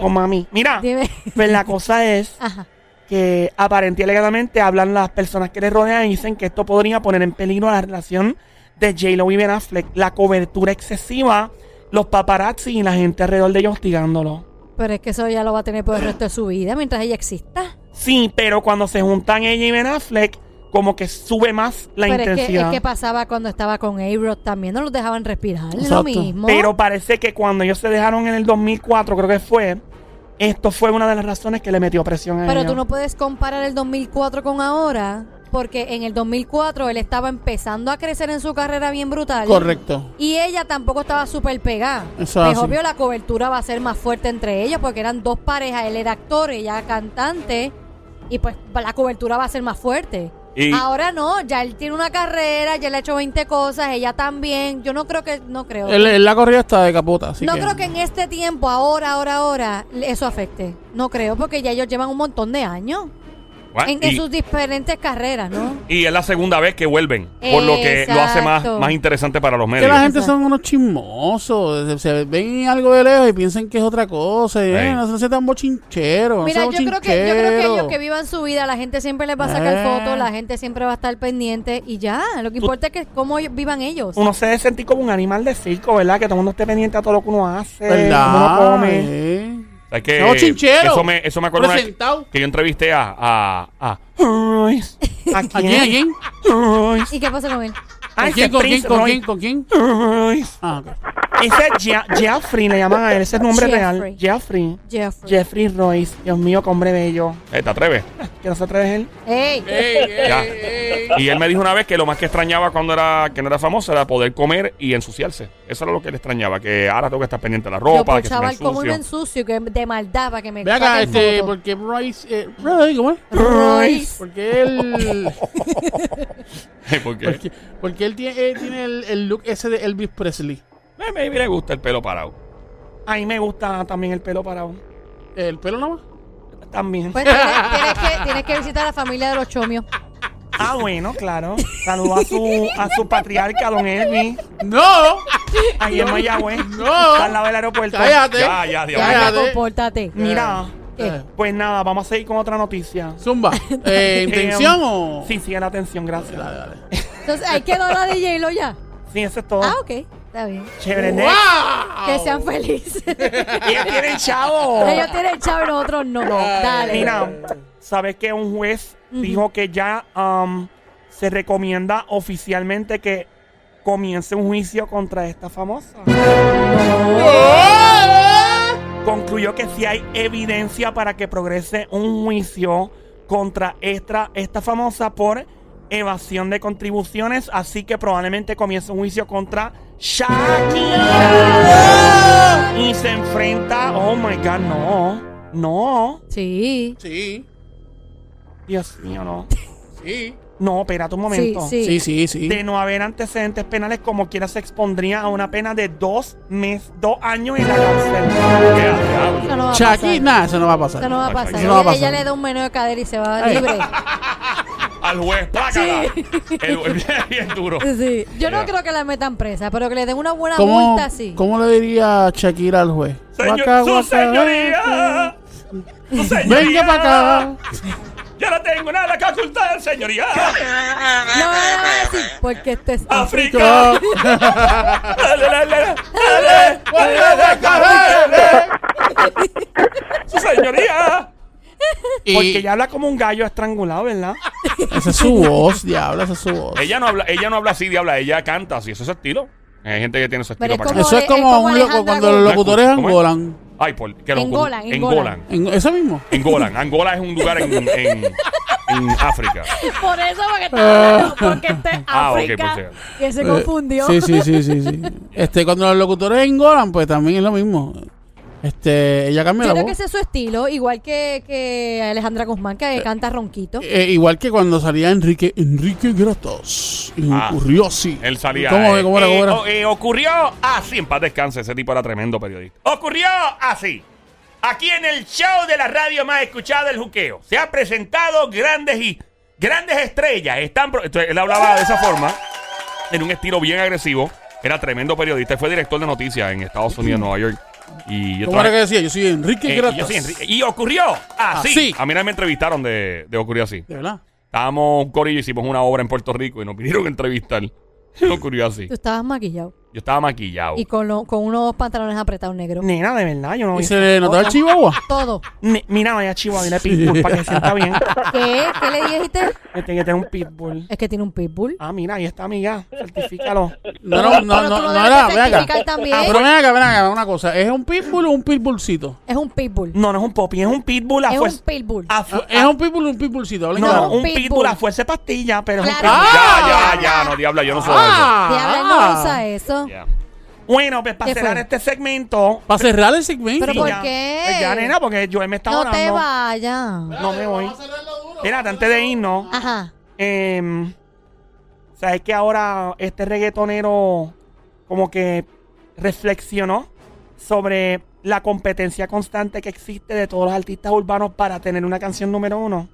[SPEAKER 3] Con mami. Mira,
[SPEAKER 9] Dime.
[SPEAKER 3] pues la cosa es
[SPEAKER 9] Ajá.
[SPEAKER 3] que aparentemente alegadamente hablan las personas que le rodean y dicen que esto podría poner en peligro la relación de J-Lo y Ben Affleck, la cobertura excesiva, los paparazzi y la gente alrededor de ellos hostigándolo.
[SPEAKER 9] Pero es que eso ya lo va a tener por el resto de su vida mientras ella exista.
[SPEAKER 3] Sí, pero cuando se juntan ella y Ben Affleck, como que sube más la
[SPEAKER 9] Pero es que, es
[SPEAKER 3] intensidad.
[SPEAKER 9] que pasaba cuando estaba con A-Rod también, no los dejaban respirar, es
[SPEAKER 3] Exacto.
[SPEAKER 9] lo mismo.
[SPEAKER 3] Pero parece que cuando ellos se dejaron en el 2004, creo que fue, esto fue una de las razones que le metió presión a
[SPEAKER 9] Pero
[SPEAKER 3] ella.
[SPEAKER 9] tú no puedes comparar el 2004 con ahora, porque en el 2004 él estaba empezando a crecer en su carrera bien brutal.
[SPEAKER 2] Correcto.
[SPEAKER 9] Y ella tampoco estaba súper pegada.
[SPEAKER 2] Eso
[SPEAKER 9] Pues
[SPEAKER 2] es así.
[SPEAKER 9] obvio la cobertura va a ser más fuerte entre ellos porque eran dos parejas, él era actor, ella cantante, y pues la cobertura va a ser más fuerte.
[SPEAKER 1] Y-
[SPEAKER 9] Ahora no, ya él tiene una carrera, ya le ha hecho 20 cosas, ella también. Yo no creo que, no creo.
[SPEAKER 2] Él, él la corrió hasta de capota. Así
[SPEAKER 9] no creo que en este tiempo, ahora, ahora, ahora, le- eso afecte. No creo porque ya ellos llevan un montón de años
[SPEAKER 1] What?
[SPEAKER 9] en, en
[SPEAKER 1] Y,
[SPEAKER 9] sus diferentes carreras, ¿no?
[SPEAKER 1] y es la segunda vez que vuelven, por lo que lo hace más,
[SPEAKER 9] Exacto.
[SPEAKER 1] más interesante para los
[SPEAKER 2] Que
[SPEAKER 1] medios.
[SPEAKER 2] la gente
[SPEAKER 9] Exacto.
[SPEAKER 2] son unos chismosos. Se, se ven algo de lejos y piensan que es otra cosa. Y,
[SPEAKER 1] Ey.
[SPEAKER 2] eh, no se- no sean tan bochincheros.
[SPEAKER 9] Mira,
[SPEAKER 2] no
[SPEAKER 9] yo
[SPEAKER 2] sean
[SPEAKER 9] creo, que, yo creo que ellos que
[SPEAKER 2] bochincheros.
[SPEAKER 9] vivan su vida, la gente siempre les va a sacar
[SPEAKER 2] Eh.
[SPEAKER 9] fotos, la gente siempre va a estar pendiente y ya, lo que importa es que cómo ellos- vivan ellos.
[SPEAKER 3] Uno se debe sentir como un animal de circo, ¿verdad? Que todo el mundo esté pendiente a todo lo que uno hace, Eh, cómo uno
[SPEAKER 2] ¿Verdad?
[SPEAKER 3] come.
[SPEAKER 2] Eh.
[SPEAKER 1] O sea, que,
[SPEAKER 2] Somos chincheros.
[SPEAKER 1] Eso me, eso me acuerdo una vez
[SPEAKER 2] Presentado.
[SPEAKER 1] que yo entrevisté a... a, a
[SPEAKER 3] Ay, ¿A
[SPEAKER 2] ¿A quién? ¿A
[SPEAKER 3] quién?
[SPEAKER 2] quién?
[SPEAKER 3] Ay,
[SPEAKER 9] ¿Y qué pasa con él?
[SPEAKER 2] ¿Con
[SPEAKER 3] ay,
[SPEAKER 2] quién?
[SPEAKER 3] ese
[SPEAKER 2] ¿Con quién?
[SPEAKER 3] Prince
[SPEAKER 2] ¿Con
[SPEAKER 3] Roy.
[SPEAKER 2] quién? ¿Con quién?
[SPEAKER 3] Ay,
[SPEAKER 2] Ah, ok.
[SPEAKER 3] Ese es Je- Jeffrey, le llaman a él, ese es nombre real.
[SPEAKER 9] Jeffrey.
[SPEAKER 3] Jeffrey.
[SPEAKER 9] Jeffrey.
[SPEAKER 3] Jeffrey Royce. Dios mío, qué hombre bello.
[SPEAKER 1] eh, ¿Te atreves?
[SPEAKER 3] ¿Que no se atreve él?
[SPEAKER 9] ¡Ey!
[SPEAKER 1] Ya. Y él me dijo una vez que lo más que extrañaba cuando era que no era famoso era poder comer y ensuciarse. Eso era lo que le extrañaba, que ahora tengo que estar pendiente de la
[SPEAKER 9] Yo
[SPEAKER 1] ropa, que se
[SPEAKER 9] puchaba
[SPEAKER 1] me
[SPEAKER 9] el común
[SPEAKER 1] ensucio.
[SPEAKER 9] en sucio que de maldad para que me
[SPEAKER 2] Ve acá,
[SPEAKER 9] saquen
[SPEAKER 2] este,
[SPEAKER 9] fotos.
[SPEAKER 2] porque Royce. Eh, Roy, ¿cómo es?
[SPEAKER 9] Royce.
[SPEAKER 2] Porque él.
[SPEAKER 1] ¿Por qué?
[SPEAKER 2] porque, porque él tiene, eh, tiene el, el look ese de Elvis Presley.
[SPEAKER 1] Eh, Maybe le gusta el pelo parado.
[SPEAKER 3] A mí me gusta también el pelo parado.
[SPEAKER 2] El pelo nomás.
[SPEAKER 3] También.
[SPEAKER 9] Pues tienes, tienes que, tienes que visitar a la familia de los chomios.
[SPEAKER 3] Ah, bueno, claro. Saludo a su, a su patriarca, don Elvis.
[SPEAKER 2] ¡No!
[SPEAKER 3] Ahí en Mayagüez.
[SPEAKER 2] No.
[SPEAKER 3] Está al lado del aeropuerto.
[SPEAKER 2] ¡Cállate!
[SPEAKER 1] Ya, ya, diablo.
[SPEAKER 9] Ya,
[SPEAKER 2] Cállate.
[SPEAKER 9] compórtate.
[SPEAKER 3] Mira,
[SPEAKER 2] Eh,
[SPEAKER 3] pues nada, vamos a seguir con otra noticia. Em,
[SPEAKER 2] Zumba. Eh, ¿Intención o.?
[SPEAKER 3] Sí, sí, la atención, gracias.
[SPEAKER 2] Dale, dale.
[SPEAKER 9] Entonces, ahí quedó la de J-Lo ya.
[SPEAKER 3] Sí, eso es todo.
[SPEAKER 9] Ah, ok. Está bien.
[SPEAKER 3] Chévere, ¿no?
[SPEAKER 2] ¡Wow!
[SPEAKER 6] Oh.
[SPEAKER 9] Que sean felices.
[SPEAKER 3] Ella tiene el chavo.
[SPEAKER 9] Ellos tienen chavo y nosotros no. Dale.
[SPEAKER 3] Mira, ¿sabes que un juez dijo que ya am, se recomienda oficialmente que comience un juicio contra esta famosa? Concluyó que si hay evidencia para que progrese un juicio contra esta, esta famosa por evasión de contribuciones, así que probablemente comience un juicio contra Shakira. Y se enfrenta, oh my god, no, no.
[SPEAKER 9] Sí.
[SPEAKER 2] Sí,
[SPEAKER 3] Dios mío, no.
[SPEAKER 2] sí.
[SPEAKER 3] No, espérate un momento.
[SPEAKER 9] Sí, sí.
[SPEAKER 2] Sí, sí, sí.
[SPEAKER 3] De no haber antecedentes penales, como quiera se expondría a una pena de dos meses, dos años en la cárcel.
[SPEAKER 1] Ya, diablo.
[SPEAKER 9] Eso no va
[SPEAKER 2] Shakira, nada, eso no va
[SPEAKER 9] a pasar.
[SPEAKER 2] a
[SPEAKER 9] Eso
[SPEAKER 2] pasar.
[SPEAKER 9] no va a
[SPEAKER 1] Exacto.
[SPEAKER 9] pasar.
[SPEAKER 2] Eso no va a
[SPEAKER 9] Ella-
[SPEAKER 2] pasar.
[SPEAKER 9] Ella le da un menú de cadera y se va libre.
[SPEAKER 1] Al juez, plácala. El juez bien duro.
[SPEAKER 9] Sí. Yo no
[SPEAKER 1] Ya.
[SPEAKER 9] creo que la metan presa, pero que le den una buena
[SPEAKER 2] ¿Cómo,
[SPEAKER 9] multa, sí.
[SPEAKER 2] ¿Cómo le diría Shakira al juez?
[SPEAKER 1] Señor-
[SPEAKER 2] Guaca,
[SPEAKER 1] su
[SPEAKER 2] guaca,
[SPEAKER 1] señoría. Su
[SPEAKER 6] mm,
[SPEAKER 1] señoría.
[SPEAKER 2] Venga para acá.
[SPEAKER 1] Yo no tengo nada que ocultar, señoría.
[SPEAKER 9] No, no, no, no, sí, porque este es
[SPEAKER 1] África. Dale, dale, dale, dale, eh. Su señoría.
[SPEAKER 2] Y
[SPEAKER 3] Porque ella habla como un gallo estrangulado, ¿verdad?
[SPEAKER 2] Esa es su voz, diablo, esa es su voz.
[SPEAKER 1] Ella no habla, ella no habla así, diabla. Ella canta así, ese es su estilo. Hay gente que tiene su
[SPEAKER 9] Pero
[SPEAKER 1] estilo para acá.
[SPEAKER 9] es como- Eso
[SPEAKER 6] Eso es
[SPEAKER 9] es
[SPEAKER 6] como, un
[SPEAKER 9] Alejandra
[SPEAKER 6] loco cuando los
[SPEAKER 9] Gómez.
[SPEAKER 6] locutores
[SPEAKER 1] ¿Cómo es?
[SPEAKER 6] angolan.
[SPEAKER 1] Ay, por, que lo-
[SPEAKER 9] Engolan, engolan.
[SPEAKER 6] En- Eso mismo.
[SPEAKER 1] Engolan. Angola es un lugar en, en, en África.
[SPEAKER 9] Por eso, porque está hablando, porque este es
[SPEAKER 1] Ah, ok,
[SPEAKER 9] África,
[SPEAKER 1] por si
[SPEAKER 9] que se
[SPEAKER 6] Eh,
[SPEAKER 9] confundió.
[SPEAKER 6] Sí, sí, sí, sí, sí. Este, cuando los locutores engolan, pues también es lo mismo. Este, ella cambia
[SPEAKER 9] Yo
[SPEAKER 6] la
[SPEAKER 9] creo que
[SPEAKER 6] voz.
[SPEAKER 9] ese es su estilo, igual que, que Alejandra Guzmán, que canta ronquito.
[SPEAKER 6] Eh, igual que cuando salía Enrique, Enrique Gratos. Y
[SPEAKER 1] Ah,
[SPEAKER 6] Curiosi.
[SPEAKER 1] Él salía.
[SPEAKER 6] ¿Cómo,
[SPEAKER 1] eh,
[SPEAKER 6] cómo era,
[SPEAKER 1] eh,
[SPEAKER 6] cómo era?
[SPEAKER 1] o- eh, ocurrió así. En paz descanse, ese tipo era tremendo periodista. Ocurrió así. Aquí en el show de la radio más escuchada del juqueo. Se han presentado grandes y grandes estrellas. Están pro- Entonces, él hablaba de esa forma, en un estilo bien agresivo. Era tremendo periodista. Fue director de noticias en Estados Unidos, Nueva York. Y yo
[SPEAKER 6] ¿Cómo
[SPEAKER 1] trabajé-
[SPEAKER 6] era que decía? Yo soy Enrique
[SPEAKER 1] eh,
[SPEAKER 6] Gratos.
[SPEAKER 1] y, yo sí, Enrique- y ocurrió así.
[SPEAKER 6] Así.
[SPEAKER 1] A mí no me entrevistaron de, de ocurrió así.
[SPEAKER 6] De verdad.
[SPEAKER 1] Estábamos un corillo, hicimos una obra en Puerto Rico y nos vinieron a entrevistar. ocurrió así.
[SPEAKER 9] Tú estabas maquillado
[SPEAKER 1] Yo estaba maquillado.
[SPEAKER 9] y con, lo- con unos pantalones apretados negros.
[SPEAKER 3] Nena, de verdad, yo no
[SPEAKER 6] ¿Y
[SPEAKER 3] vi.
[SPEAKER 6] se le notaba el chihuahua?
[SPEAKER 9] Todo.
[SPEAKER 3] Ne- Mira, vaya chihuahua, dile pitbull para que sienta bien.
[SPEAKER 9] ¿Qué? ¿Qué le dijiste?
[SPEAKER 3] Este que tiene un pitbull.
[SPEAKER 9] Es que tiene un pitbull.
[SPEAKER 3] Ah, mira, ahí está, amiga. Certifícalo.
[SPEAKER 6] No, no, no,
[SPEAKER 9] Pero tú
[SPEAKER 6] no,
[SPEAKER 9] lo
[SPEAKER 6] no
[SPEAKER 9] debes
[SPEAKER 6] era,
[SPEAKER 9] de
[SPEAKER 6] ven acá.
[SPEAKER 9] certificar también.
[SPEAKER 6] Ah, pero ven acá, ven acá, una cosa. ¿Es un pitbull o un pitbullcito?
[SPEAKER 9] Es un pitbull.
[SPEAKER 3] No, no es un popi, es un pitbull a
[SPEAKER 9] Es un
[SPEAKER 2] pues,
[SPEAKER 3] fuerza.
[SPEAKER 9] pitbull.
[SPEAKER 3] a fu-
[SPEAKER 6] ¿Es un pitbull o un pitbullcito? Hablen
[SPEAKER 3] no,
[SPEAKER 6] claro.
[SPEAKER 9] un
[SPEAKER 3] un pitbull.
[SPEAKER 9] pitbull.
[SPEAKER 3] a fuerza de pastilla, pero es un
[SPEAKER 9] Claro.
[SPEAKER 3] pitbull.
[SPEAKER 1] Ya, ya, ya, no, diabla, yo no soy
[SPEAKER 6] Ah,
[SPEAKER 9] Diabla no usa eso.
[SPEAKER 1] eso. Ya.
[SPEAKER 3] Bueno, pues para
[SPEAKER 9] ¿Qué fue?
[SPEAKER 3] cerrar este segmento.
[SPEAKER 6] Para cerrar el segmento.
[SPEAKER 9] Pero
[SPEAKER 3] sí,
[SPEAKER 9] ¿por
[SPEAKER 3] ya.
[SPEAKER 9] qué?
[SPEAKER 3] Pues ya, nena, porque yo me estaba
[SPEAKER 9] No te
[SPEAKER 3] orando.
[SPEAKER 9] vayas.
[SPEAKER 3] No me voy. Mira, antes de irnos,
[SPEAKER 9] Ajá.
[SPEAKER 3] em, ¿sabes que ahora este reggaetonero como que reflexionó sobre la competencia constante que existe de todos los artistas urbanos para tener una canción número uno?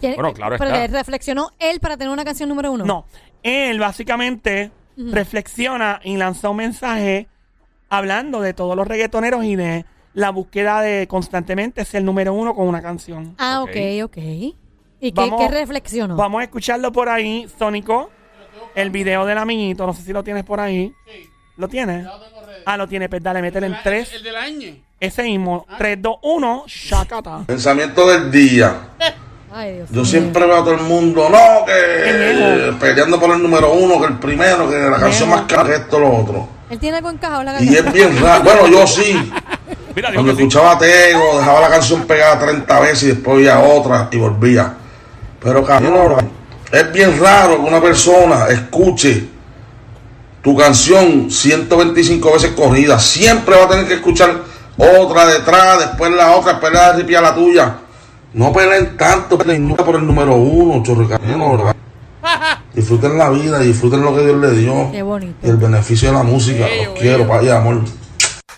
[SPEAKER 9] ¿Quién-
[SPEAKER 1] Bueno, claro
[SPEAKER 9] pero
[SPEAKER 1] está.
[SPEAKER 9] le reflexionó él para tener una canción número uno.
[SPEAKER 3] No. Él básicamente
[SPEAKER 9] Ujú.
[SPEAKER 3] reflexiona y lanza un mensaje hablando de todos los reggaetoneros y de la búsqueda de constantemente ser el número uno con una canción.
[SPEAKER 9] Ah, ok,
[SPEAKER 1] Ok.
[SPEAKER 9] ok. ¿Y qué,
[SPEAKER 3] Vamos-
[SPEAKER 9] qué reflexionó?
[SPEAKER 3] Vamos a escucharlo por ahí, Sónico. El video del amiguito, no sé si lo tienes por ahí. ¿Lo tienes? Ah, lo tiene, pues dale, métele en
[SPEAKER 6] El Ah.
[SPEAKER 3] 3.
[SPEAKER 6] de la ñ.
[SPEAKER 3] Ese mismo. 3, 2, 1, shakata.
[SPEAKER 10] Pensamiento del día.
[SPEAKER 9] Ay, Dios
[SPEAKER 10] Yo
[SPEAKER 9] mío.
[SPEAKER 10] siempre veo a todo el mundo, no,
[SPEAKER 3] Qué
[SPEAKER 10] que peleando por el número uno, que el primero, que la canción más cara, que esto, lo otro.
[SPEAKER 9] Él tiene algo encajado en la
[SPEAKER 10] Y es
[SPEAKER 9] garganta.
[SPEAKER 10] bien raro. Bueno, yo sí.
[SPEAKER 1] Mira, dijo
[SPEAKER 10] Cuando
[SPEAKER 1] que sí.
[SPEAKER 10] escuchaba a Tego, dejaba la canción pegada 30 veces y después oía otra y volvía. Pero cabrón, es bien raro que una persona escuche tu canción 125 veces corrida. Siempre va a tener que escuchar otra detrás, después la otra, después la ripia la tuya. No peleen tanto, peleen nunca por el número uno, chorricaneno, ¿verdad? Disfruten la vida, disfruten lo que Dios le dio.
[SPEAKER 9] Qué bonito.
[SPEAKER 10] Y el beneficio de la música. Los quiero, paz y amor.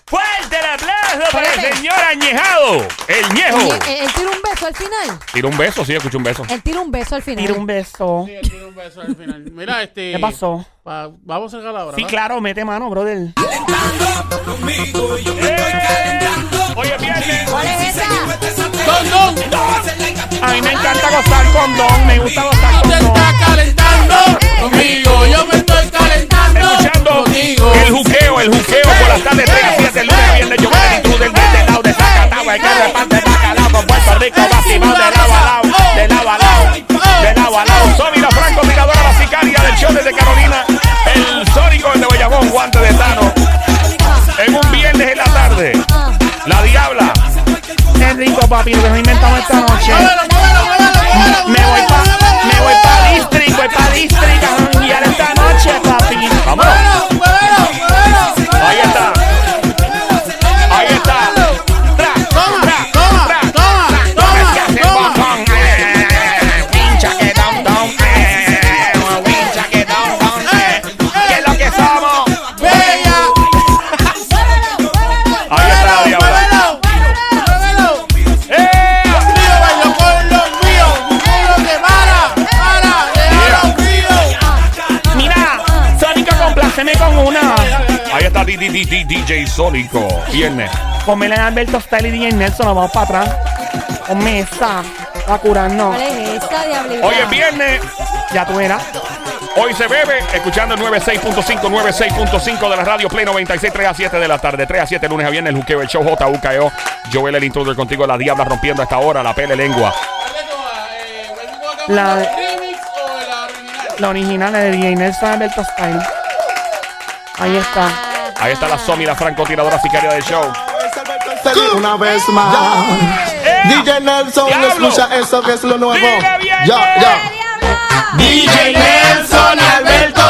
[SPEAKER 1] ¡Fuerte el aplauso para el
[SPEAKER 9] Espérate.
[SPEAKER 1] señor Añejado! ¡El
[SPEAKER 9] Oye,
[SPEAKER 1] Ñejo!
[SPEAKER 9] eh, él tira un beso al final.
[SPEAKER 1] Tira un beso, sí, escucha un beso.
[SPEAKER 9] Él tira un beso al final.
[SPEAKER 3] Tira un beso.
[SPEAKER 6] un beso al final. Mira, este.
[SPEAKER 3] ¿Qué pasó?
[SPEAKER 6] pa- vamos a cerrar la hora.
[SPEAKER 3] Sí,
[SPEAKER 6] ¿va?
[SPEAKER 3] claro, mete mano, brother.
[SPEAKER 7] Calentando conmigo, yo me estoy
[SPEAKER 9] Eh.
[SPEAKER 7] calentando.
[SPEAKER 1] Oye, viernes.
[SPEAKER 9] ¿Cuál es esa?
[SPEAKER 6] Don, don.
[SPEAKER 3] A mí me encanta gozar con don, me gusta gozar
[SPEAKER 6] Te
[SPEAKER 3] con don.
[SPEAKER 6] está calentando
[SPEAKER 9] Eh.
[SPEAKER 6] conmigo. Yo me estoy calentando
[SPEAKER 1] Escuchando
[SPEAKER 6] contigo.
[SPEAKER 1] el juqueo, el juqueo por las tardes, 3 a 7, lunes a viernes. Yo con la actitud del de este lado, de Zacatau, el que reparte bacalao con Puerto Rico, vacilón de lado a lado, de lado a lado, de lado a lado. Soy la Franco, tiradora, la sicaria del show desde Carolina, el sónico el de Bayamón, guante de Tano. En un viernes en la tarde, la Diabla.
[SPEAKER 3] Qué rico, papi, lo que nos inventamos esta noche. Me voy pa, me voy pa District, voy pa District a janguear esta noche, papi.
[SPEAKER 1] Vámonos. Ahí está. Ahí está. Tra, tra,
[SPEAKER 6] Toma,
[SPEAKER 1] tra.
[SPEAKER 6] toma,
[SPEAKER 1] Es
[SPEAKER 6] toma,
[SPEAKER 1] que hace
[SPEAKER 6] toma.
[SPEAKER 1] bombón, eh, Wincha que don don, eh, wincha que don don, eh. ¿Qué es lo que somos?
[SPEAKER 6] Bella.
[SPEAKER 1] Ahí está la
[SPEAKER 6] Muévelo,
[SPEAKER 1] diabla.
[SPEAKER 6] muévelo, muévelo.
[SPEAKER 1] ¡Eh!
[SPEAKER 6] Mío, bailo con los míos. Mío, que para, para, deja los míos.
[SPEAKER 3] Mira, Sónico, compláceme con una.
[SPEAKER 1] Ahí está D- D- D- D- DJ Sónico. Viernes.
[SPEAKER 3] Ponmela en Alberto Style y DJ Nelson, nos vamos para atrás. Ponme esa, a curarnos.
[SPEAKER 9] ¿Cuál es esa, diablita?
[SPEAKER 1] Hoy es viernes.
[SPEAKER 3] Ya tú eras.
[SPEAKER 1] Hoy se bebe escuchando el 96.5, 96.5 de la radio Play 96, 3 a 7 de la tarde, 3 a 7 lunes a viernes, el juqueo, el show JUKEO, E Joel el intruder contigo, la diabla rompiendo hasta ahora, la pele lengua.
[SPEAKER 3] La- La original es de DJ Nelson Alberto Style. Ahí está.
[SPEAKER 1] Ahí está
[SPEAKER 6] Ah.
[SPEAKER 1] la Somi, la francotiradora sicaria del show.
[SPEAKER 4] Una vez más. DJ Nelson, escucha eso que es lo nuevo. Ya, ya.
[SPEAKER 6] DJ Nelson Alberto pues Este